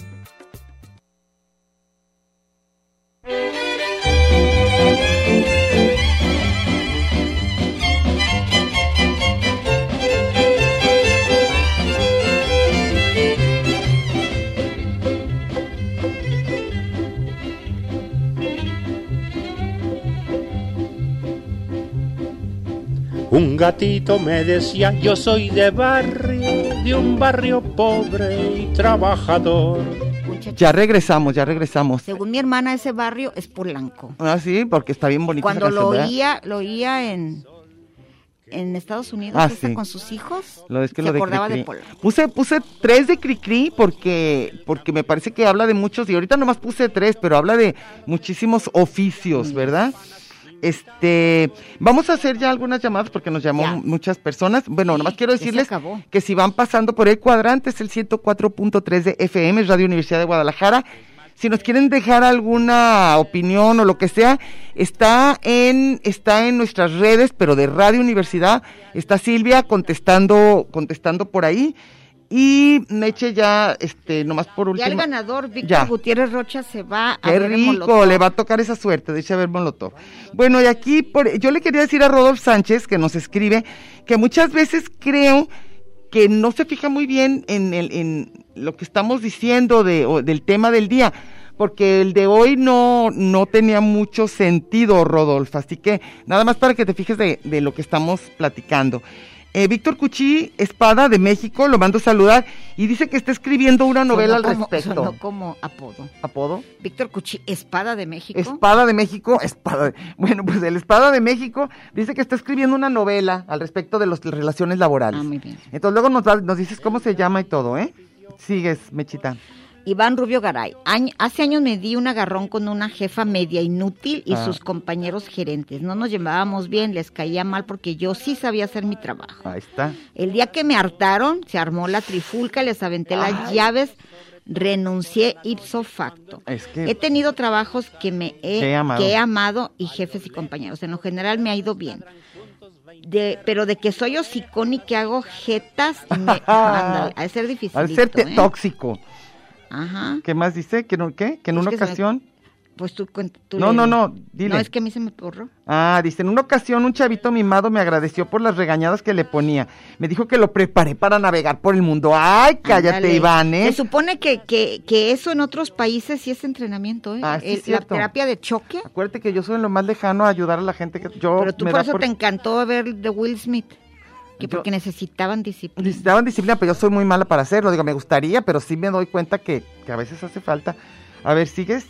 Un gatito me decía, yo soy de barrio, de un barrio pobre y trabajador. Muchacha, Ya regresamos, ya regresamos. Según mi hermana, ese barrio es Polanco. Ah, sí, porque está bien bonito. Cuando lo oía, lo oía en, en Estados Unidos, Ah, esa sí. con sus hijos, Lo es que se lo de acordaba de Cricri. Polanco. Puse, puse tres de Cricri porque, porque me parece que habla de muchos, y ahorita nomás puse tres, pero habla de muchísimos oficios, ¿verdad? Este, vamos a hacer ya algunas llamadas porque nos llamó Ya. muchas personas. Bueno, Sí, nomás quiero ya se decirles acabó. que si van pasando por el cuadrante es el 104.3 de FM, es Radio Universidad de Guadalajara. Si nos quieren dejar alguna opinión o lo que sea, está en está en nuestras redes, pero de Radio Universidad está Silvia contestando contestando por ahí y Meche ya este nomás por Ya último. el ganador, Víctor Ya. Gutiérrez Rocha, se va a Qué ver el rico, Molotov. le va a tocar esa suerte, dice a ver Molotov. Bueno, y aquí por, yo le quería decir a Rodolfo Sánchez, que nos escribe, que muchas veces creo que no se fija muy bien en, el- en lo que estamos diciendo de, o del tema del día, porque el de hoy no, no tenía mucho sentido, Rodolfo. Así que nada más para que te fijes de, de lo que estamos platicando. Eh, Víctor Cuchí, Espada de México, lo mando a saludar y dice que está escribiendo una Sonó novela al como- respecto. sonó como apodo. ¿Apodo? Víctor Cuchi, Espada de México. Espada de México, espada. de- Bueno, pues el Espada de México dice que está escribiendo una novela al respecto de las relaciones laborales. Ah, muy bien. Entonces luego nos, da- nos dices cómo se llama y todo, ¿eh? Sigues, Mechita. Iván Rubio Garay. Añ- hace años me di un agarrón con una jefa media inútil y Ah. sus compañeros gerentes. No nos llevábamos bien, les caía mal porque yo sí sabía hacer mi trabajo. Ahí está. El día que me hartaron, se armó la trifulca, les aventé las llaves, renuncié ipso facto. Es que- He tenido trabajos que me he, Que he amado. que he amado y jefes y compañeros. En lo general me ha ido bien. De, pero de que soy hocicón y que hago jetas, me, ándale, ha de ser difícil. Al ser ¿eh? te- tóxico. Ajá. ¿Qué más dice? ¿Que, no, qué? ¿Que en Es una que se me- ocasión? Pues tú, cuen- tú No, le- no, no, dile. No, es que a mí se me borró. Ah, dice, en una ocasión un chavito mimado me agradeció por las regañadas que le ponía. Me dijo que lo preparé para navegar por el mundo. Ay, cállate, Ándale. Iván, ¿eh? Se supone que, que, que eso en otros países sí es entrenamiento, ¿eh? Ah, sí, El- la cierto. terapia de choque. Acuérdate que yo soy lo más lejano a ayudar a la gente que yo Pero tú Oh, me por da eso te encantó ver de Will Smith. Que Yo- porque necesitaban disciplina. Necesitaban disciplina, pero yo soy muy mala para hacerlo. Digo, me gustaría, pero sí me doy cuenta que, que a veces hace falta. A ver, ¿sigues?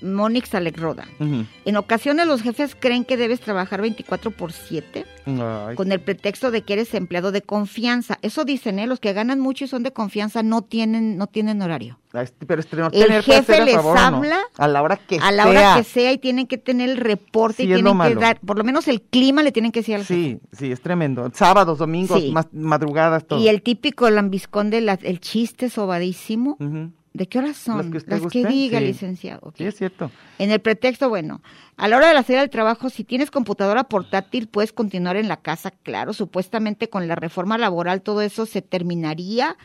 Mónix Alec Roda. Ujú. En ocasiones los jefes creen que debes trabajar 24 por 7 Ay, con el pretexto de que eres empleado de confianza. Eso dicen, ¿eh? Los que ganan mucho y son de confianza no tienen, no tienen horario. ay, pero este, no el tener que jefe hacer a les favor, ¿no? habla a la hora que a la sea. hora que sea y tienen que tener el reporte Sí, y es lo tienen que malo. dar, por lo menos el clima le tienen que decir al jefe. Sí, sí, es tremendo. Sábados, domingos, Sí. mas- madrugadas, todo. Y el típico lambiscón del el chiste sobadísimo Ujú. ¿De qué horas son? Mm. Las que usted guste, diga, sí. licenciado. ok. Sí, es cierto. En el pretexto, bueno, a la hora de la salida del trabajo, si tienes computadora portátil, puedes continuar en la casa, claro, supuestamente con la reforma laboral todo eso se terminaría,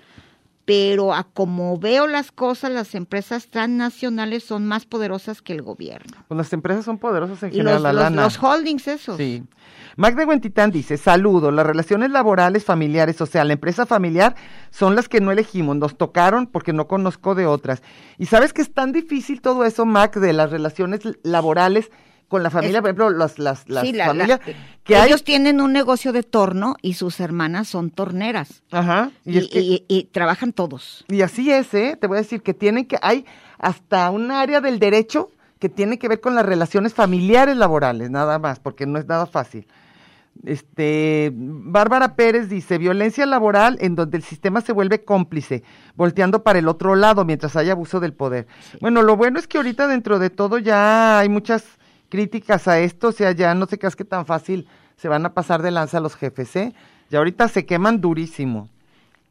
pero a como veo las cosas, las empresas transnacionales son más poderosas que el gobierno. Pues las empresas son poderosas en Y general, los, la los- lana. los holdings esos. Sí. Magda Huentitán dice, saludo, las relaciones laborales, familiares, o sea, la empresa familiar son las que no elegimos, nos tocaron porque no conozco de otras. Y sabes que es tan difícil todo eso, Mac, de las relaciones l- laborales con la familia, Es- por ejemplo, las, las, las Sí, la- la- familias que hay... ellos tienen un negocio de torno y sus hermanas son torneras. Ajá, y, Y, es que- y- y trabajan todos. y así es, ¿eh? Te voy a decir que tienen que, hay hasta un área del derecho que tiene que ver con las relaciones familiares laborales, nada más, porque no es nada fácil. Este, Bárbara Pérez dice, violencia laboral en donde el sistema se vuelve cómplice, volteando para el otro lado mientras hay abuso del poder. Bueno, lo bueno es que ahorita dentro de todo ya hay muchas críticas a esto, o sea, ya no se creas que tan fácil se van a pasar de lanza los jefes, ¿eh? Y ahorita se queman durísimo.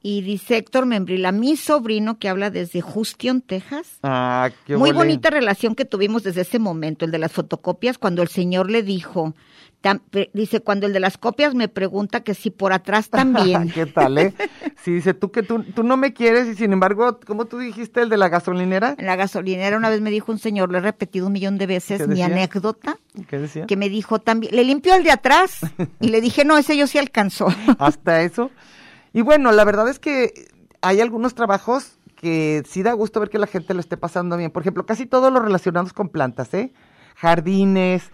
Y dice Héctor Membrila, mi sobrino que habla desde Houston, Texas, Ah, qué Muy ole. bonita relación que tuvimos desde ese momento, el de las fotocopias, cuando el señor le dijo, tam- pre- dice, cuando el de las copias me pregunta que si por atrás también. ¿Qué tal, eh? Si dice tú que tú, tú no me quieres y sin embargo, como tú dijiste, el de la gasolinera? En la gasolinera una vez me dijo un señor, lo he repetido un millón de veces, ¿Qué mi decía? anécdota, ¿Qué decía? que me dijo también, le limpió el de atrás y le dije, no, ese yo sí alcanzó. Hasta eso. Y bueno, la verdad es que hay algunos trabajos que sí da gusto ver que la gente lo esté pasando bien. Por ejemplo, casi todos los relacionados con plantas, ¿eh? Jardines,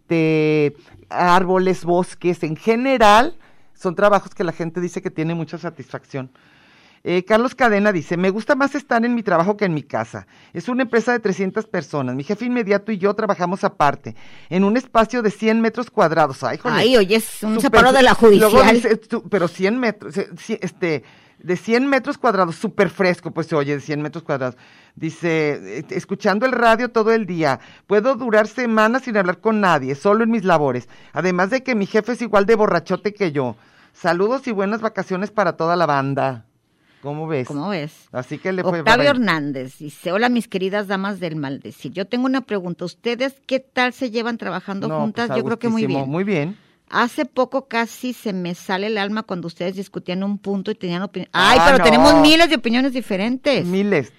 este, árboles, bosques, en general, son trabajos que la gente dice que tiene mucha satisfacción. Eh, Carlos Cadena dice, me gusta más estar en mi trabajo que en mi casa. Es una empresa de 300 personas. Mi jefe inmediato y yo trabajamos aparte, en un espacio de 100 metros cuadrados. Ay, jole. Ay, oye, es un Súper- separo de la Luego judicial. dice, tú, pero 100 metros, se- si- este, de 100 metros cuadrados, súper fresco, pues se oye, de 100 metros cuadrados. Dice, eh, escuchando el radio todo el día, puedo durar semanas sin hablar con nadie, solo en mis labores. Además de que mi jefe es igual de borrachote que yo. Saludos y buenas vacaciones para toda la banda. ¿Cómo ves? ¿Cómo ves? Así que le fue Octavio bárbaro. Hernández dice, hola mis queridas damas del maldecir, yo tengo una pregunta, ¿ustedes qué tal se llevan trabajando No, juntas? pues, yo creo que muy agustísimo, bien. Muy bien. Hace poco casi se me sale el alma cuando ustedes discutían un punto y tenían opinión. Ay, Ah, pero no. tenemos miles de opiniones diferentes. Miles.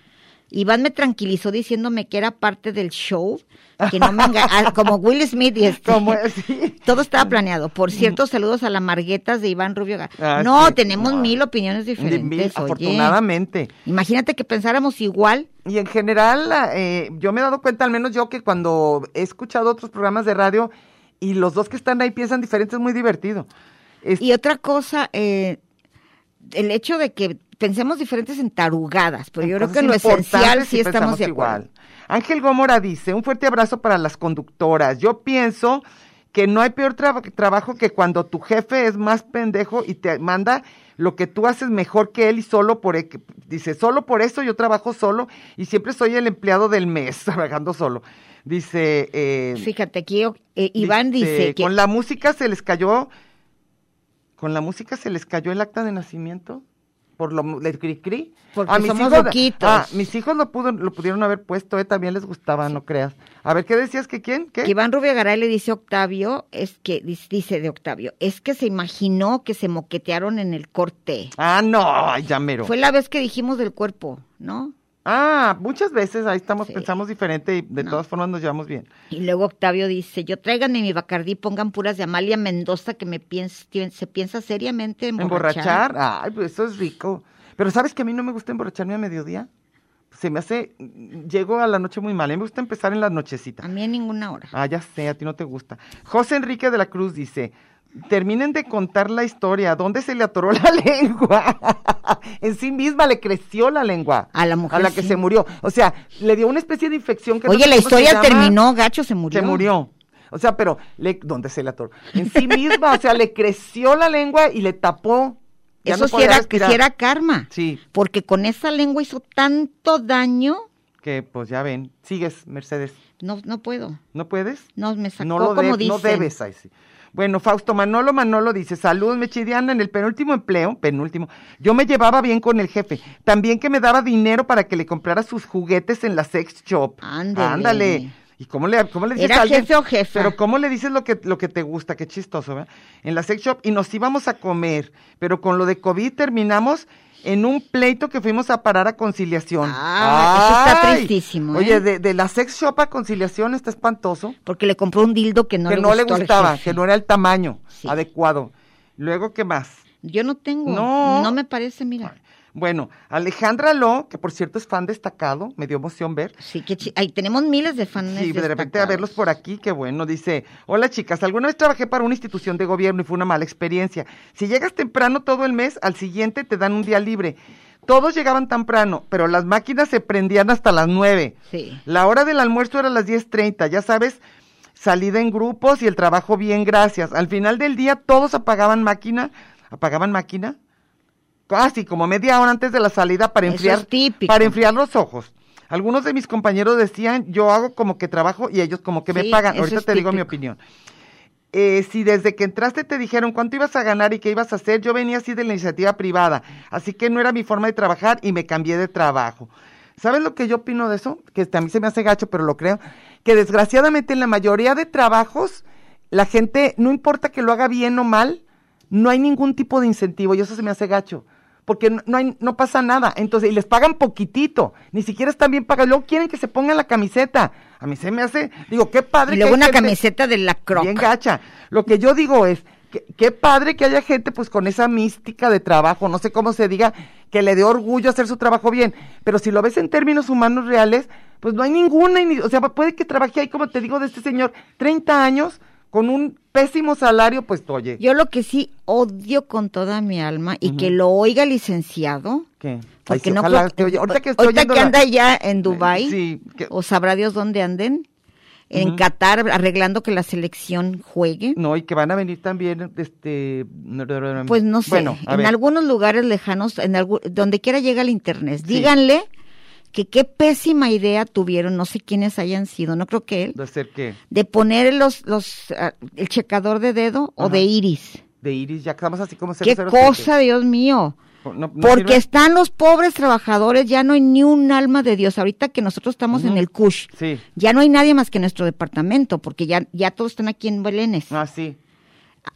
Iván me tranquilizó diciéndome que era parte del show, que no me enga- ah, como Will Smith y este. ¿Cómo es? Sí. Todo estaba planeado. Por cierto, saludos a la Marguetas de Iván Rubio. Gar- Mm. Ah, no, sí, tenemos no. mil opiniones diferentes. Mil, oye. afortunadamente. Imagínate que pensáramos igual. Y en general, la- eh, yo me he dado cuenta, al menos yo, que cuando he escuchado otros programas de radio y los dos que están ahí piensan diferente, es muy divertido. Es- Y otra cosa, eh, el hecho de que pensemos diferentes en tarugadas, pero yo creo entonces que en lo es importante esencial si sí estamos pensamos de acuerdo. Ángel Gómora dice, un fuerte abrazo para las conductoras. Yo pienso que no hay peor traba- trabajo que cuando tu jefe es más pendejo y te manda lo que tú haces mejor que él y solo por e- que- dice, solo por eso yo trabajo solo y siempre soy el empleado del mes trabajando solo. Dice eh, Fíjate, aquí eh, Iván dice que Este, con la música se les cayó con la música se les cayó el acta de nacimiento por lo mu- del cri cri Porque mis somos hijos, loquitos. ah, mis hijos lo pudo- lo pudieron haber puesto eh, también les gustaba no creas a ver qué decías que quién qué que Iván Rubio Garay le dice a Octavio, es que dis- dice de Octavio, es que se imaginó que se moquetearon en el corte. ah no ay, ya mero Fue la vez que dijimos del cuerpo, ¿no? ah muchas veces ahí estamos Sí. pensamos diferente y de No. todas formas nos llevamos bien Y luego Octavio dice, yo tráiganme mi Bacardí, pongan puras de Amalia Mendoza que me piens- tien- se piensa seriamente emborrachar ay pues eso es rico pero sabes que a mí no me gusta emborracharme a mediodía se me hace llego a la noche muy mal a mí me gusta empezar en las nochecitas A mí en ninguna hora. Ah, ya sé, a ti no te gusta. José Enrique de la Cruz dice, terminen de contar la historia, ¿dónde se le atoró la lengua? en sí misma le creció la lengua. A la mujer, A la que sí. se murió. O sea, le dio una especie de infección que... no Oye, sé la cómo se historia llama. terminó, gacho, se murió. Se murió. O sea, pero, le, ¿dónde se le atoró? En sí misma, o sea, le creció la lengua y le tapó. Ya Eso no sí podía era, respirar. sí era karma. Sí. Porque con esa lengua hizo tanto daño que pues ya ven, sigues, Mercedes. No, no puedo. ¿No puedes? No, me sacó, no lo como de- no dicen. debes, ay, sí. Bueno, Fausto Manolo Manolo dice, saludos Mechidiana, en el penúltimo empleo, penúltimo, yo me llevaba bien con el jefe, también que me daba dinero para que le comprara sus juguetes en la sex shop. Ándale. ¿Y cómo le, cómo le dices ¿Era a alguien? jefe o jefa? Pero ¿cómo le dices lo que, lo que te gusta? Qué chistoso, ¿verdad? En la sex shop y nos íbamos a comer, pero con lo de COVID terminamos en un pleito que fuimos a parar a conciliación. Ah, eso está ¡Ay! tristísimo, ¿eh? Oye, de, de la sex shop a conciliación está espantoso Porque le compró un dildo que no, que le, no le gustó al gustaba, jefe. que no era el tamaño Sí. adecuado. Luego, ¿qué más? Yo no tengo. No. No. me parece, mira. Bueno, Alejandra Lo, que por cierto es fan destacado, me dio emoción ver. Sí, que chi- ahí tenemos miles de fans. Sí, de repente a destacados. verlos por aquí, qué bueno. Dice, hola chicas, alguna vez trabajé para una institución de gobierno y fue una mala experiencia. Si llegas temprano todo el mes, al siguiente te dan un día libre. Todos llegaban temprano, pero las máquinas se prendían hasta las nueve. Sí. La hora del almuerzo era las 10.30, ya sabes, salida en grupos y el trabajo bien, gracias. Al final del día todos apagaban máquina, apagaban máquina, casi como media hora antes de la salida para Eso enfriar, es típico. para enfriar los ojos. Algunos de mis compañeros decían, yo hago como que trabajo y ellos como que me Sí, pagan. eso Ahorita es te digo mi típico. opinión. Eh, si desde que entraste te dijeron cuánto ibas a ganar y qué ibas a hacer, yo venía así de la iniciativa privada, así que no era mi forma de trabajar y me cambié de trabajo. ¿Sabes lo que yo opino de eso? Que este, a mí se me hace gacho, pero lo creo, que desgraciadamente en la mayoría de trabajos la gente, no importa que lo haga bien o mal, no hay ningún tipo de incentivo y eso se me hace gacho. Porque no, no hay, no pasa nada. Entonces, y les pagan poquitito. Ni siquiera están bien pagados. Luego quieren que se pongan la camiseta. A mí se me hace. Digo, qué padre. Y que luego hay una gente- camiseta de la Croc. Bien gacha. Lo que yo digo es, que- qué padre que haya gente pues con esa mística de trabajo, no sé cómo se diga, que le dé orgullo hacer su trabajo bien, pero si lo ves en términos humanos reales, pues no hay ninguna, ini- o sea, puede que trabaje ahí, como te digo, de este señor, 30 años con un pésimo salario, pues oye, Yo lo que sí odio con toda mi alma y que lo oiga licenciado. ¿qué? Ay, Porque sí, Pues no ojalá creo- que oye- ahorita que estoy ahorita oyendo que la- Eh, anda ya en Dubai Sí, que- o sabrá Dios dónde anden en Ujú. Mm, Qatar arreglando que la selección juegue. No, y que van a venir también, este... Pues no sé, Bueno, a en ver. algunos lugares lejanos, en algu- donde quiera llega el internet, díganle que qué pésima idea tuvieron, no sé quiénes hayan sido, no creo que él, ¿De hacer qué? de poner los, los, ah, el checador de dedo o Ajá. de iris. De Iris, ya que estamos así como... Qué 007. cosa, Dios mío. No- no Porque sirve. están los pobres trabajadores, ya no hay ni un alma de Dios. Ahorita que nosotros estamos en Ujú. el CUSH, Sí. ya no hay nadie más que nuestro departamento, porque ya, ya todos están aquí en Belénes. Ah, sí.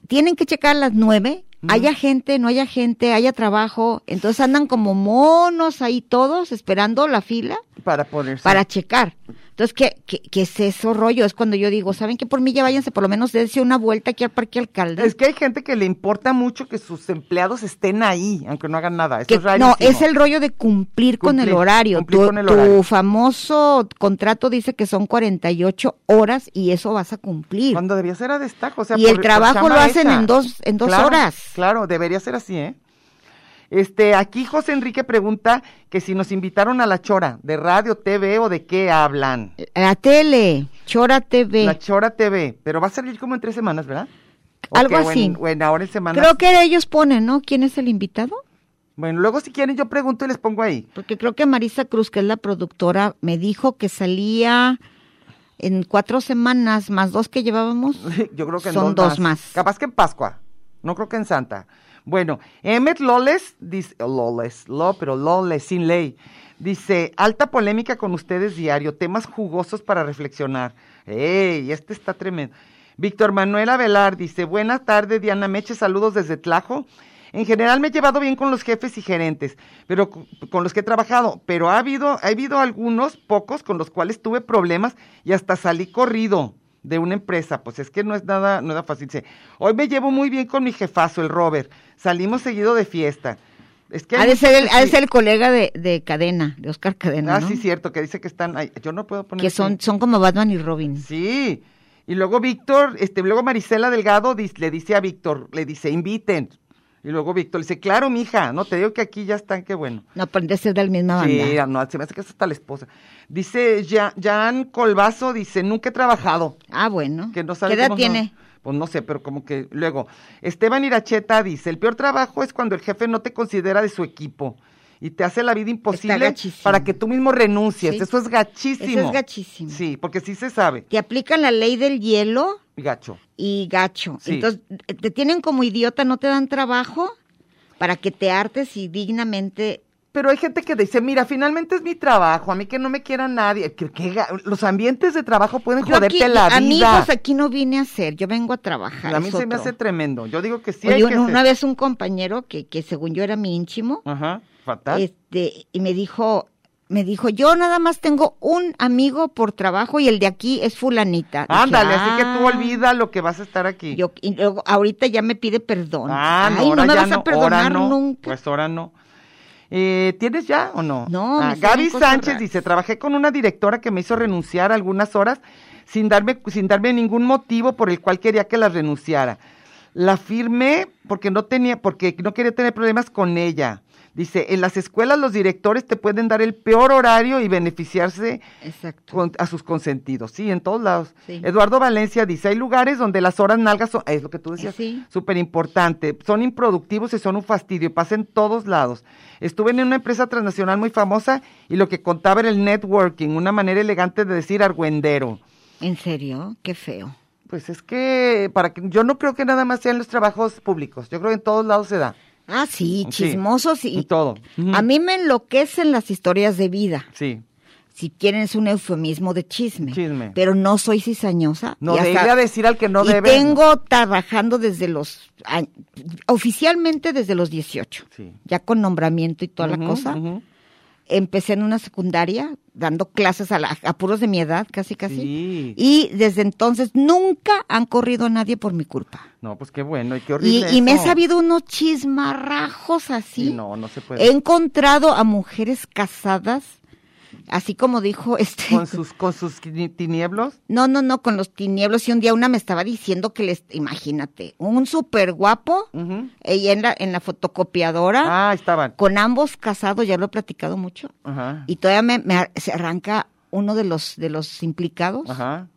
Tienen que checar a las nueve, haya gente, no haya gente, haya trabajo. Entonces andan como monos ahí todos esperando la fila Para ponerse. para checar. Entonces, ¿qué, qué, qué es eso rollo? Es cuando yo digo, ¿saben que Por mí ya váyanse, por lo menos dense una vuelta aquí al Parque Alcalde. Es que hay gente que le importa mucho que sus empleados estén ahí, aunque no hagan nada. Eso Que- es Pues rarísimo. no, es el rollo de cumplir, con el Cumplir, horario. cumplir tu, con el tu horario. famoso contrato dice que son 48 horas y eso vas a cumplir. Cuando debía ser a destajo. O sea, Y el trabajo chamba lo hacen hecha. en dos- en dos Claro, horas. Claro, debería ser así, ¿eh? Este, aquí José Enrique pregunta que si nos invitaron a la chora, de radio, TV o de qué hablan. Eh, La tele, Chora TV. La chora TV, pero va a salir como en tres semanas, ¿verdad? ¿O Algo qué? O así. en- o en ahora en semanas. Creo que ellos ponen, ¿no? ¿Quién es el invitado? Bueno, luego si quieren yo pregunto y les pongo ahí. Porque creo que Marisa Cruz, que es la productora, me dijo que salía en cuatro semanas más dos que llevábamos. Yo creo que en Son dos, dos más. más. Capaz que en Pascua. No creo que en Santa. Bueno, Emmet Loles dice, Loles, lo, pero Loles, sin ley. Dice, alta polémica con ustedes diario, temas jugosos para reflexionar. ¡Ey! Este está tremendo. Víctor Manuel Avelar dice, buenas tardes, Diana Meche, saludos desde Tlajo. En general me he llevado bien con los jefes y gerentes, pero cu- con los que he trabajado, pero ha habido, ha habido algunos pocos con los cuales tuve problemas y hasta salí corrido de una empresa. Pues es que no es nada, no era fácil. Dice, Hoy me llevo muy bien con mi jefazo, el Robert. Salimos seguido de fiesta. Es que hay Ha de muchos ser el, que ha de sí- ser el colega de, de Cadena, de Oscar Cadena. Ah, ¿no? sí, cierto, que dice que están. ay, yo no puedo poner. que aquí. son, son como Batman y Robin. Sí. Y luego Víctor, este, luego Marisela Delgado dis- le dice a Víctor, le dice, inviten. Y luego Víctor le dice, claro, mija, no te digo que aquí ya están, qué bueno. No, pero han de ser de la misma Sí, banda. ah, no, se me hace que es hasta la esposa. Dice Ja- Jan Colbazo, dice, nunca he trabajado. Ah, bueno. Que no sabe ¿Qué edad cómo no- tiene? pues no sé, pero como que luego. Esteban Iracheta dice, el peor trabajo es cuando el jefe no te considera de su equipo. y te hace la vida imposible gachísimo. para que tú mismo renuncies. Sí. Eso es gachísimo. Eso es gachísimo. Sí, porque sí se sabe. Te aplican la ley del hielo Gacho. y gacho. Sí. Entonces, te tienen como idiota, no te dan trabajo para que te hartes y dignamente Pero hay gente que dice, mira, finalmente es mi trabajo, a mí que no me quiera nadie. Que, que ga- los ambientes de trabajo pueden Pues Yo aquí- joderte la vida. Amigos, aquí no vine a hacer, yo vengo a trabajar. a mí es se me otro. hace tremendo. Yo digo que sí Oye, hay que una, una ser- vez un compañero que, que según yo era mi íntimo, Ajá, fatal. este, y me dijo, me dijo, yo nada más tengo un amigo por trabajo y el de aquí es fulanita. Dije, Ándale, así que tú "Ah". olvida lo que vas a estar aquí. Yo, y luego, ahorita ya me pide perdón. Ah, no, Ay, ahora no me ya vas no, a perdonar ahora no, nunca. Pues ahora no. Eh, ¿Tienes ya o no? No, me Ah, salen Gaby cosas Sánchez raras. dice, trabajé con una directora que me hizo renunciar algunas horas sin darme, sin darme ningún motivo por el cual quería que la renunciara. La firmé porque no tenía, porque no quería tener problemas con ella. Dice, en las escuelas los directores te pueden dar el peor horario y beneficiarse Exacto. con- a sus consentidos, sí, en todos lados. Sí. Eduardo Valencia dice, hay lugares donde las horas nalgas son, es lo que tú decías, Eh, Sí. súper importante, son improductivos y son un fastidio, y pasa en todos lados. Estuve en una empresa transnacional muy famosa y lo que contaba era el networking, una manera elegante de decir argüendero. En serio, qué feo. Pues es que, para que, yo no creo que nada más sean los trabajos públicos, yo creo que en todos lados se da. Ah, sí, Sí, chismosos y, y todo. Ujú. A mí me enloquecen las historias de vida. Sí. si quieren es un eufemismo de chisme. Chisme. Pero no soy cizañosa. No, Y de hasta- ir a decir al que no y debe. tengo trabajando desde los, a- oficialmente desde los 18. Sí. Ya con nombramiento y toda la Ujú, cosa. ujú. Empecé en una secundaria dando clases a, la- a puros de mi edad, casi casi. Sí. Y desde entonces nunca han corrido a nadie por mi culpa. No, pues qué bueno y qué Y, horrible. y me he eso. sabido unos chismarrajos así. Y no, pues. no se puede. He encontrado a mujeres casadas, así como dijo este. con sus con sus tini- tinieblos No, no, no, con los tinieblos. Y un día una me estaba diciendo que les, imagínate, un súper guapo, Ujú. ella en la, en la fotocopiadora, ah estaban con ambos casados, ya lo he platicado mucho. ajá Y todavía me, me ar- se arranca uno de los, de los implicados ajá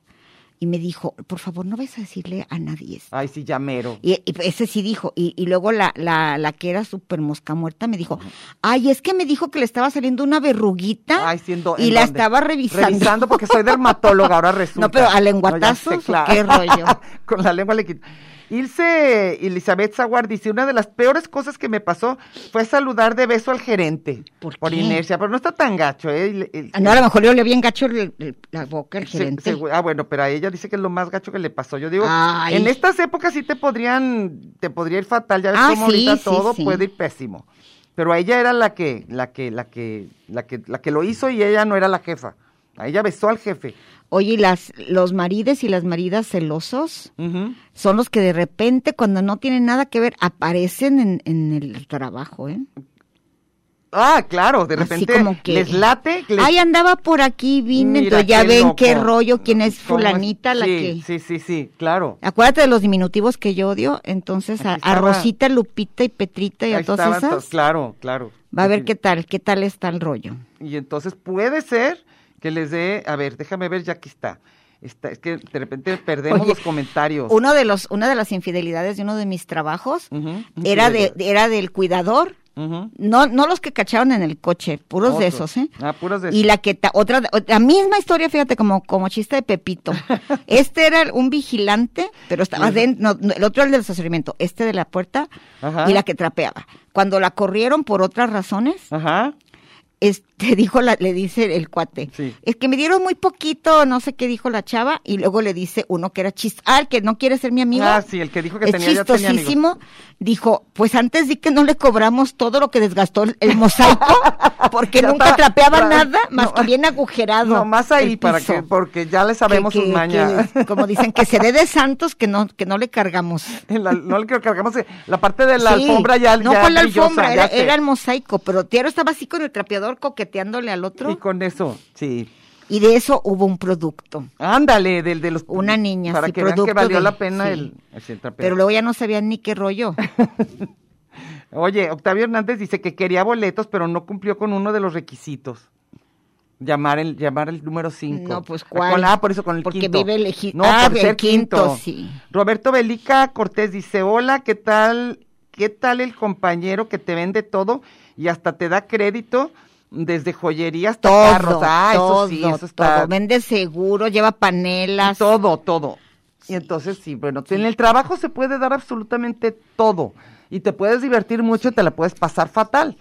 y me dijo, por favor, no vayas a decirle a nadie esto. ay sí llamero Y, y ese sí dijo, y, y luego la, la, la que era súper mosca muerta me dijo, ay, es que me dijo que le estaba saliendo una verruguita ay siendo y la estaba revisando. revisando porque soy dermatóloga ahora resulta No, pero a lenguatazo lenguatazos, ¿o qué rollo? con la lengua le quito Ilse Elizabeth Zaguar dice, una de las peores cosas que me pasó fue saludar de beso al gerente ¿Por qué? inercia, pero no está tan gacho, ¿eh? Il- il- Ah, No, a lo mejor yo le había engacho el- el- la boca al Se- gerente. segu- ah, bueno, pero a ella dice que es lo más gacho que le pasó. Yo digo, Ay. en estas épocas sí te podrían, te podría ir fatal, ya ves Ah, cómo sí, ahorita sí, todo sí. puede ir pésimo. Pero a ella era la que, la que, la que, la que, la que lo hizo y ella no era la jefa. A ella besó al jefe. Oye, y las, los marides y las maridas celosos Ujú. son los que de repente, cuando no tienen nada que ver, aparecen en, en el trabajo, ¿eh? Ah, claro, de Así repente como que- les late. les- Ay, andaba por aquí, vine, Mira entonces ya qué ven loco. qué rollo, quién es ¿Cómo fulanita la Sí, que... Sí, sí, sí, claro. Acuérdate de los diminutivos que yo odio, entonces a, Aquí a estaba- Rosita, Lupita y Petrita y a Ahí todas estaban todos, esas, Claro, claro. va a ver Sí. qué tal, qué tal está el rollo. Y entonces puede ser que les dé, a ver, déjame ver, ya aquí está. Está- es que de repente perdemos Oye, los comentarios. Uno de los, una de las infidelidades de uno de mis trabajos Ujú, era, de, infidelidad. era del cuidador, Ujú. No, no los que cacharon en el coche, puros de Otros. esos, ¿eh? Ah, puros de Y la que ta- otra, la misma historia, fíjate, como, como chiste de Pepito. Este era un vigilante, pero estaba dentro, el otro era el del estacionamiento, este de la puerta Ajá. y la que trapeaba. Cuando la corrieron por otras razones, Ajá. este dijo la, le dice el cuate, Sí. es que me dieron muy poquito, no sé qué dijo la chava, y luego le dice uno que era chist, ah, el que no quiere ser mi amigo. Ah, sí, el que dijo que es tenía- ya tenía amigos. chistosísimo, dijo, pues antes di que no le cobramos todo lo que desgastó el, el mosaico, porque Ya nunca para- trapeaba para- nada más no, que bien agujerado. Nomás ahí, Ah, el para piso. que, porque ya le sabemos Que- sus que- mañas. que- como dicen, que se dé de santos que no, que no le cargamos. En la- no le creo que cargamos la parte de la Sí, alfombra ya. No ya con la brillosa, alfombra, ya era, sé. era el mosaico, pero Tiero estaba así con el trapeador coqueteándole al otro. Y con eso, sí. Y de eso hubo un producto. Ándale, del de los. Una niña, Para sí, que vean que producto valió de- la pena sí. el, el centro Pero luego ya no sabían ni qué rollo. Oye, Octavio Hernández dice que quería boletos, pero no cumplió con uno de los requisitos. Llamar el, llamar el número 5. No, pues, ¿cuál? ah, por eso con el Porque quinto. vive leji- No, Ah, por el ser quinto. quinto, sí. Roberto Belica Cortés dice, hola, ¿qué tal? ¿Qué tal el compañero que te vende todo y hasta te da crédito desde joyería hasta Todo, carros? Ah, todo, eso sí, eso está. todo. Vende seguro, lleva panelas. Todo, todo. Y entonces sí, bueno, en el trabajo se puede dar absolutamente todo y te puedes divertir mucho y te la puedes pasar fatal.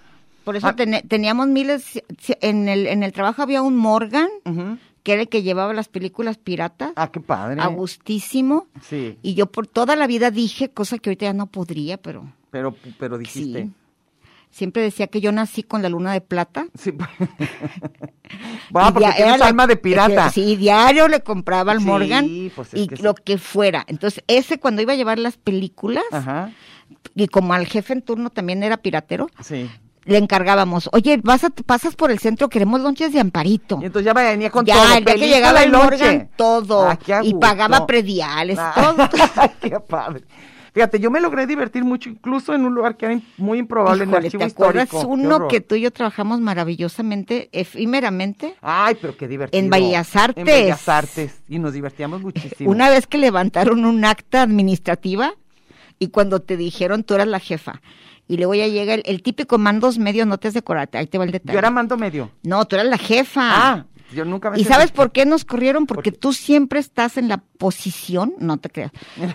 Por eso Ah. ten- teníamos miles, en el, en el trabajo había un Morgan, Ujú. que era el que llevaba las películas piratas, Ah, qué padre. a gustísimo. Sí, Y yo por toda la vida dije, cosa que ahorita ya no podría, pero pero pero dijiste. siempre decía que yo nací con la luna de plata. Sí. Va, Y porque dia- tienes era la- alma de pirata. Sí, diario le compraba al Sí, Morgan pues es y que sí. lo que fuera. Entonces, ese cuando iba a llevar las películas, Ajá. y como al jefe en turno también era piratero, Sí. le encargábamos, oye, vas a, pasas por el centro, queremos lonches de amparito. Y entonces ya venía con ya, todo. el día que película llegaba y el lonche. Morgan, todo. Ah, qué a y gusto. pagaba prediales, Ah, todo. qué padre. Fíjate, yo me logré divertir mucho, incluso en un lugar que era in- muy improbable en el Híjole, archivo ¿te acuerdas histórico. Qué uno horror. que tú y yo trabajamos maravillosamente, efímeramente? Ay, pero qué divertido. En Bellas En Artes. Bellas Artes. Y nos divertíamos muchísimo. Una vez que levantaron un acta administrativa y cuando te dijeron tú eras la jefa. Y luego ya llega el, el típico mandos medios, no te has decorado, ahí te va el detalle. Yo era mando medio. No, tú eras la jefa. Ah, yo nunca me ¿Y sabes por qué nos corrieron? Porque tú siempre estás en la posición, no te creas,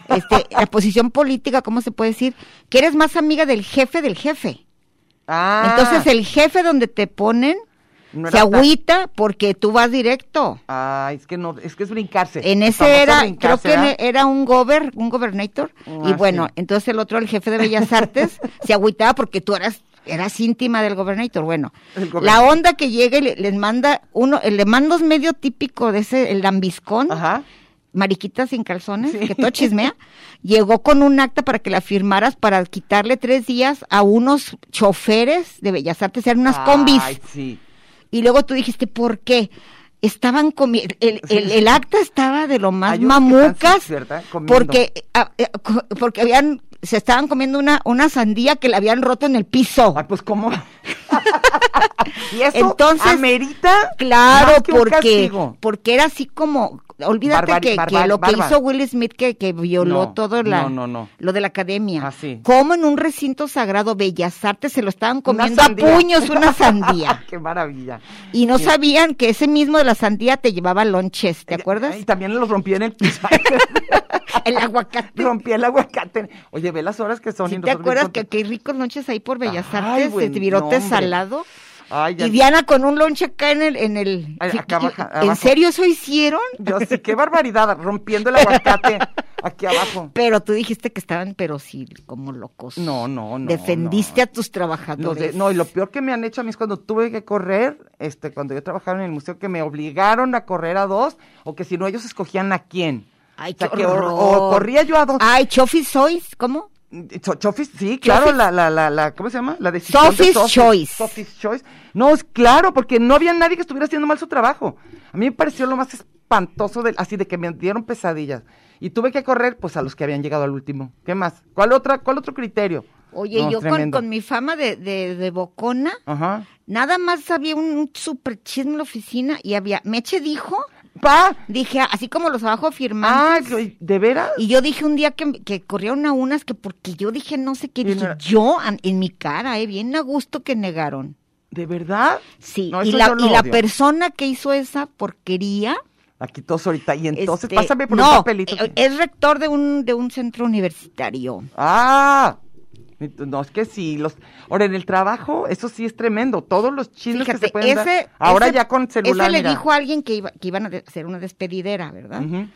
este, la posición política, ¿cómo se puede decir? Que eres más amiga del jefe del jefe. Ah. Entonces el jefe donde te ponen no se era tan- agüita porque tú vas directo. Ah, es que no, es que es brincarse. En El famoso ese era, creo brincarse, que ¿verdad? era un gober, un gobernator, y Ah, bueno, sí. entonces el otro, el jefe de Bellas Artes, se agüitaba porque tú eras, eras íntima del gobernator, bueno. El La gobernator. onda que llega y le- les manda uno, le mandas medio típico de ese, el lambiscón, Ajá. mariquita sin calzones, Sí. que todo chismea, llegó con un acta para que la firmaras para quitarle tres días a unos choferes de Bellas Artes, eran unas combis. Ay, sí. Y luego tú dijiste, ¿por qué? Estaban comiendo, el, Sí. el- el acta estaba de lo más Hay unos que están, mamucas, sí, ¿verdad? Comiendo. porque, eh, ah, eh, co- porque habían, se estaban comiendo una, una sandía que la habían roto en el piso. Ay, pues cómo. y eso Entonces, amerita Claro, más que un porque, castigo. porque era así como, olvídate Barbar- que, que barbar- lo que bárbaro. hizo Will Smith, que, que violó No, todo la, no, no, no. lo de la academia. Ah, sí. Como en un recinto sagrado, Bellas Artes, se lo estaban comiendo a sandía. puños una sandía. Qué maravilla. Y no Sí. sabían que ese mismo de la sandía te llevaba lonches, ¿te acuerdas? Y también los rompía en el piso. El aguacate. rompía el aguacate. Oye, ve las horas que son. ¿Sí y ¿Te nosotros acuerdas bien que, que ricos lonches ahí por Bellas Ay, Artes, buen de virote nombre. salado? contentos. Ay, ya- Y Diana con un lonche acá en el... En, el, Ay, acá abajo, ¿En abajo. serio eso hicieron? Yo sí, qué barbaridad, rompiendo el aguacate aquí abajo. Pero tú dijiste que estaban, pero sí, como locos. No, no, no. Defendiste no. a tus Los de- trabajadores. no, y lo peor que me han hecho a mí es cuando tuve que correr, este, cuando yo trabajaba en el museo, que me obligaron a correr a dos, o que si no ellos escogían a quién. Ay, O sea, qué que o- horror. Ah, o, corría yo a dos. Ay, Chofis Sois, ¿cómo? Cho- Chofis, sí, claro, Chofis. La, la, la, la- ¿cómo se llama? La decisión Sophie's de Sophie- Choice. Sophie's Choice. No, es claro, porque no había nadie que estuviera haciendo mal su trabajo. A mí me pareció lo más espantoso, del, así de que me dieron pesadillas. Y tuve que correr, pues, a los que habían llegado al último. ¿Qué más? ¿Cuál otra, cuál otro criterio? Oye, No, yo con, tremendo. con mi fama de, de, de bocona, Ajá. nada más había un, un super chisme en la oficina y había... Meche dijo, ¡Pa! Ah, dije, así como los abajo firmaban. ¡Ay, pero, ¿de veras? Y yo dije un día que, que corrieron a unas que porque yo dije no sé qué, Y dije no- yo an- en mi cara, eh, bien a gusto que negaron. ¿De verdad? Sí, No, y, eso la, yo lo y la odio. persona que hizo esa porquería. Aquí todos ahorita. Y entonces, este, pásame por no, un papelito. eh, Es rector de un, de un centro universitario. ¡Ah! No, es que sí, los... Ahora, en el trabajo, eso sí es tremendo. Todos los chismes que se Fíjate, pueden dar. ese. Ahora ese- ya con celular, Ese le mira. dijo a alguien que, iba, que iban a de- hacer una despedidera, ¿verdad? Ujú.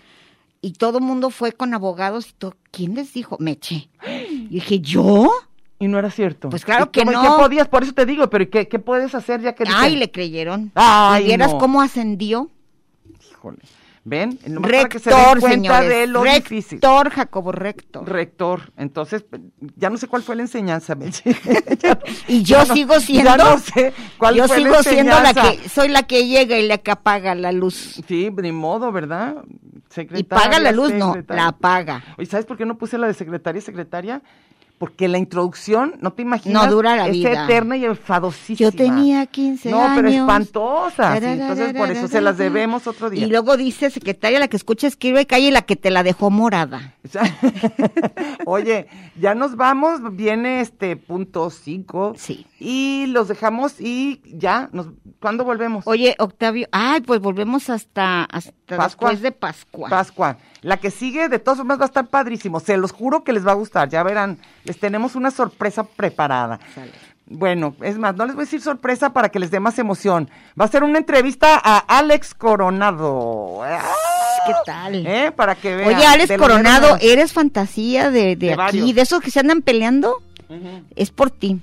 Y todo el mundo fue con abogados. y todo. ¿Quién les dijo? Meche. Y dije, ¿yo? Y no era cierto. Pues claro ¿Y que cómo- y no. ¿Qué podías? Por eso te digo, pero ¿y ¿qué, qué puedes hacer ya que... Ay, dicen? le creyeron. Ay, ¿Y vieras no. cómo ascendió? Híjole. ¿Ven? Nomás para que se den Rector, cuenta señores. de lo rector, difícil. Jacobo, rector. Rector. Entonces, ya no sé cuál fue la enseñanza, Belche. y yo sigo siendo. Ya no sé cuál yo fue sigo la siendo la enseñanza. que soy la que llega y la que apaga la luz. Sí, ni modo, ¿verdad? Y Secretaria, paga la luz, no, secretaria. la apaga. Oye, ¿sabes por qué no puse la de secretaria, secretaria? Porque la introducción, no te imaginas, No dura la es vida. eterna y enfadosísima. Yo tenía 15 no, años. pero espantosa. sí, entonces, por eso se las debemos otro día. Y luego dice, secretaria, la que escucha escribe y calle, la que te la dejó morada. O sea, Oye, ya nos vamos, viene este punto 5. Sí. Y los dejamos y ya, nos, ¿cuándo volvemos? Oye, Octavio, ay, pues volvemos hasta, hasta Pascua. después de Pascua. Pascua. La que sigue, de todas formas, va a estar padrísimo. Se los juro que les va a gustar, ya verán. Les tenemos una sorpresa preparada. Sale. Bueno, es más, no les voy a decir sorpresa para que les dé más emoción. Va a ser una entrevista a Alex Coronado. ¿Qué tal? ¿Eh? Para que vean. Oye, Alex De lo Coronado, menos- eres fantasía de, de De aquí, varios. de esos que se andan peleando, Ujú. es por ti.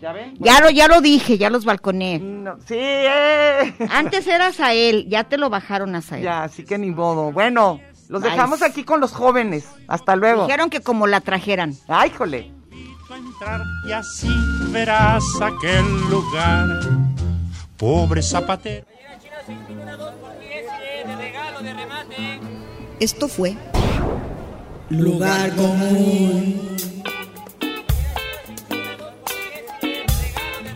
¿Ya ven? Ya lo, ya lo dije, ya los balconé. No, sí, eh. Antes eras a él, ya te lo bajaron a él. Ya, así que ni modo. Bueno, los Bye. dejamos aquí con los jóvenes. Hasta luego. Ah, Dijeron que como la trajeran. Ay, jole. a entrar y así verás aquel lugar. Pobre zapatero. Esto fue Lugar común.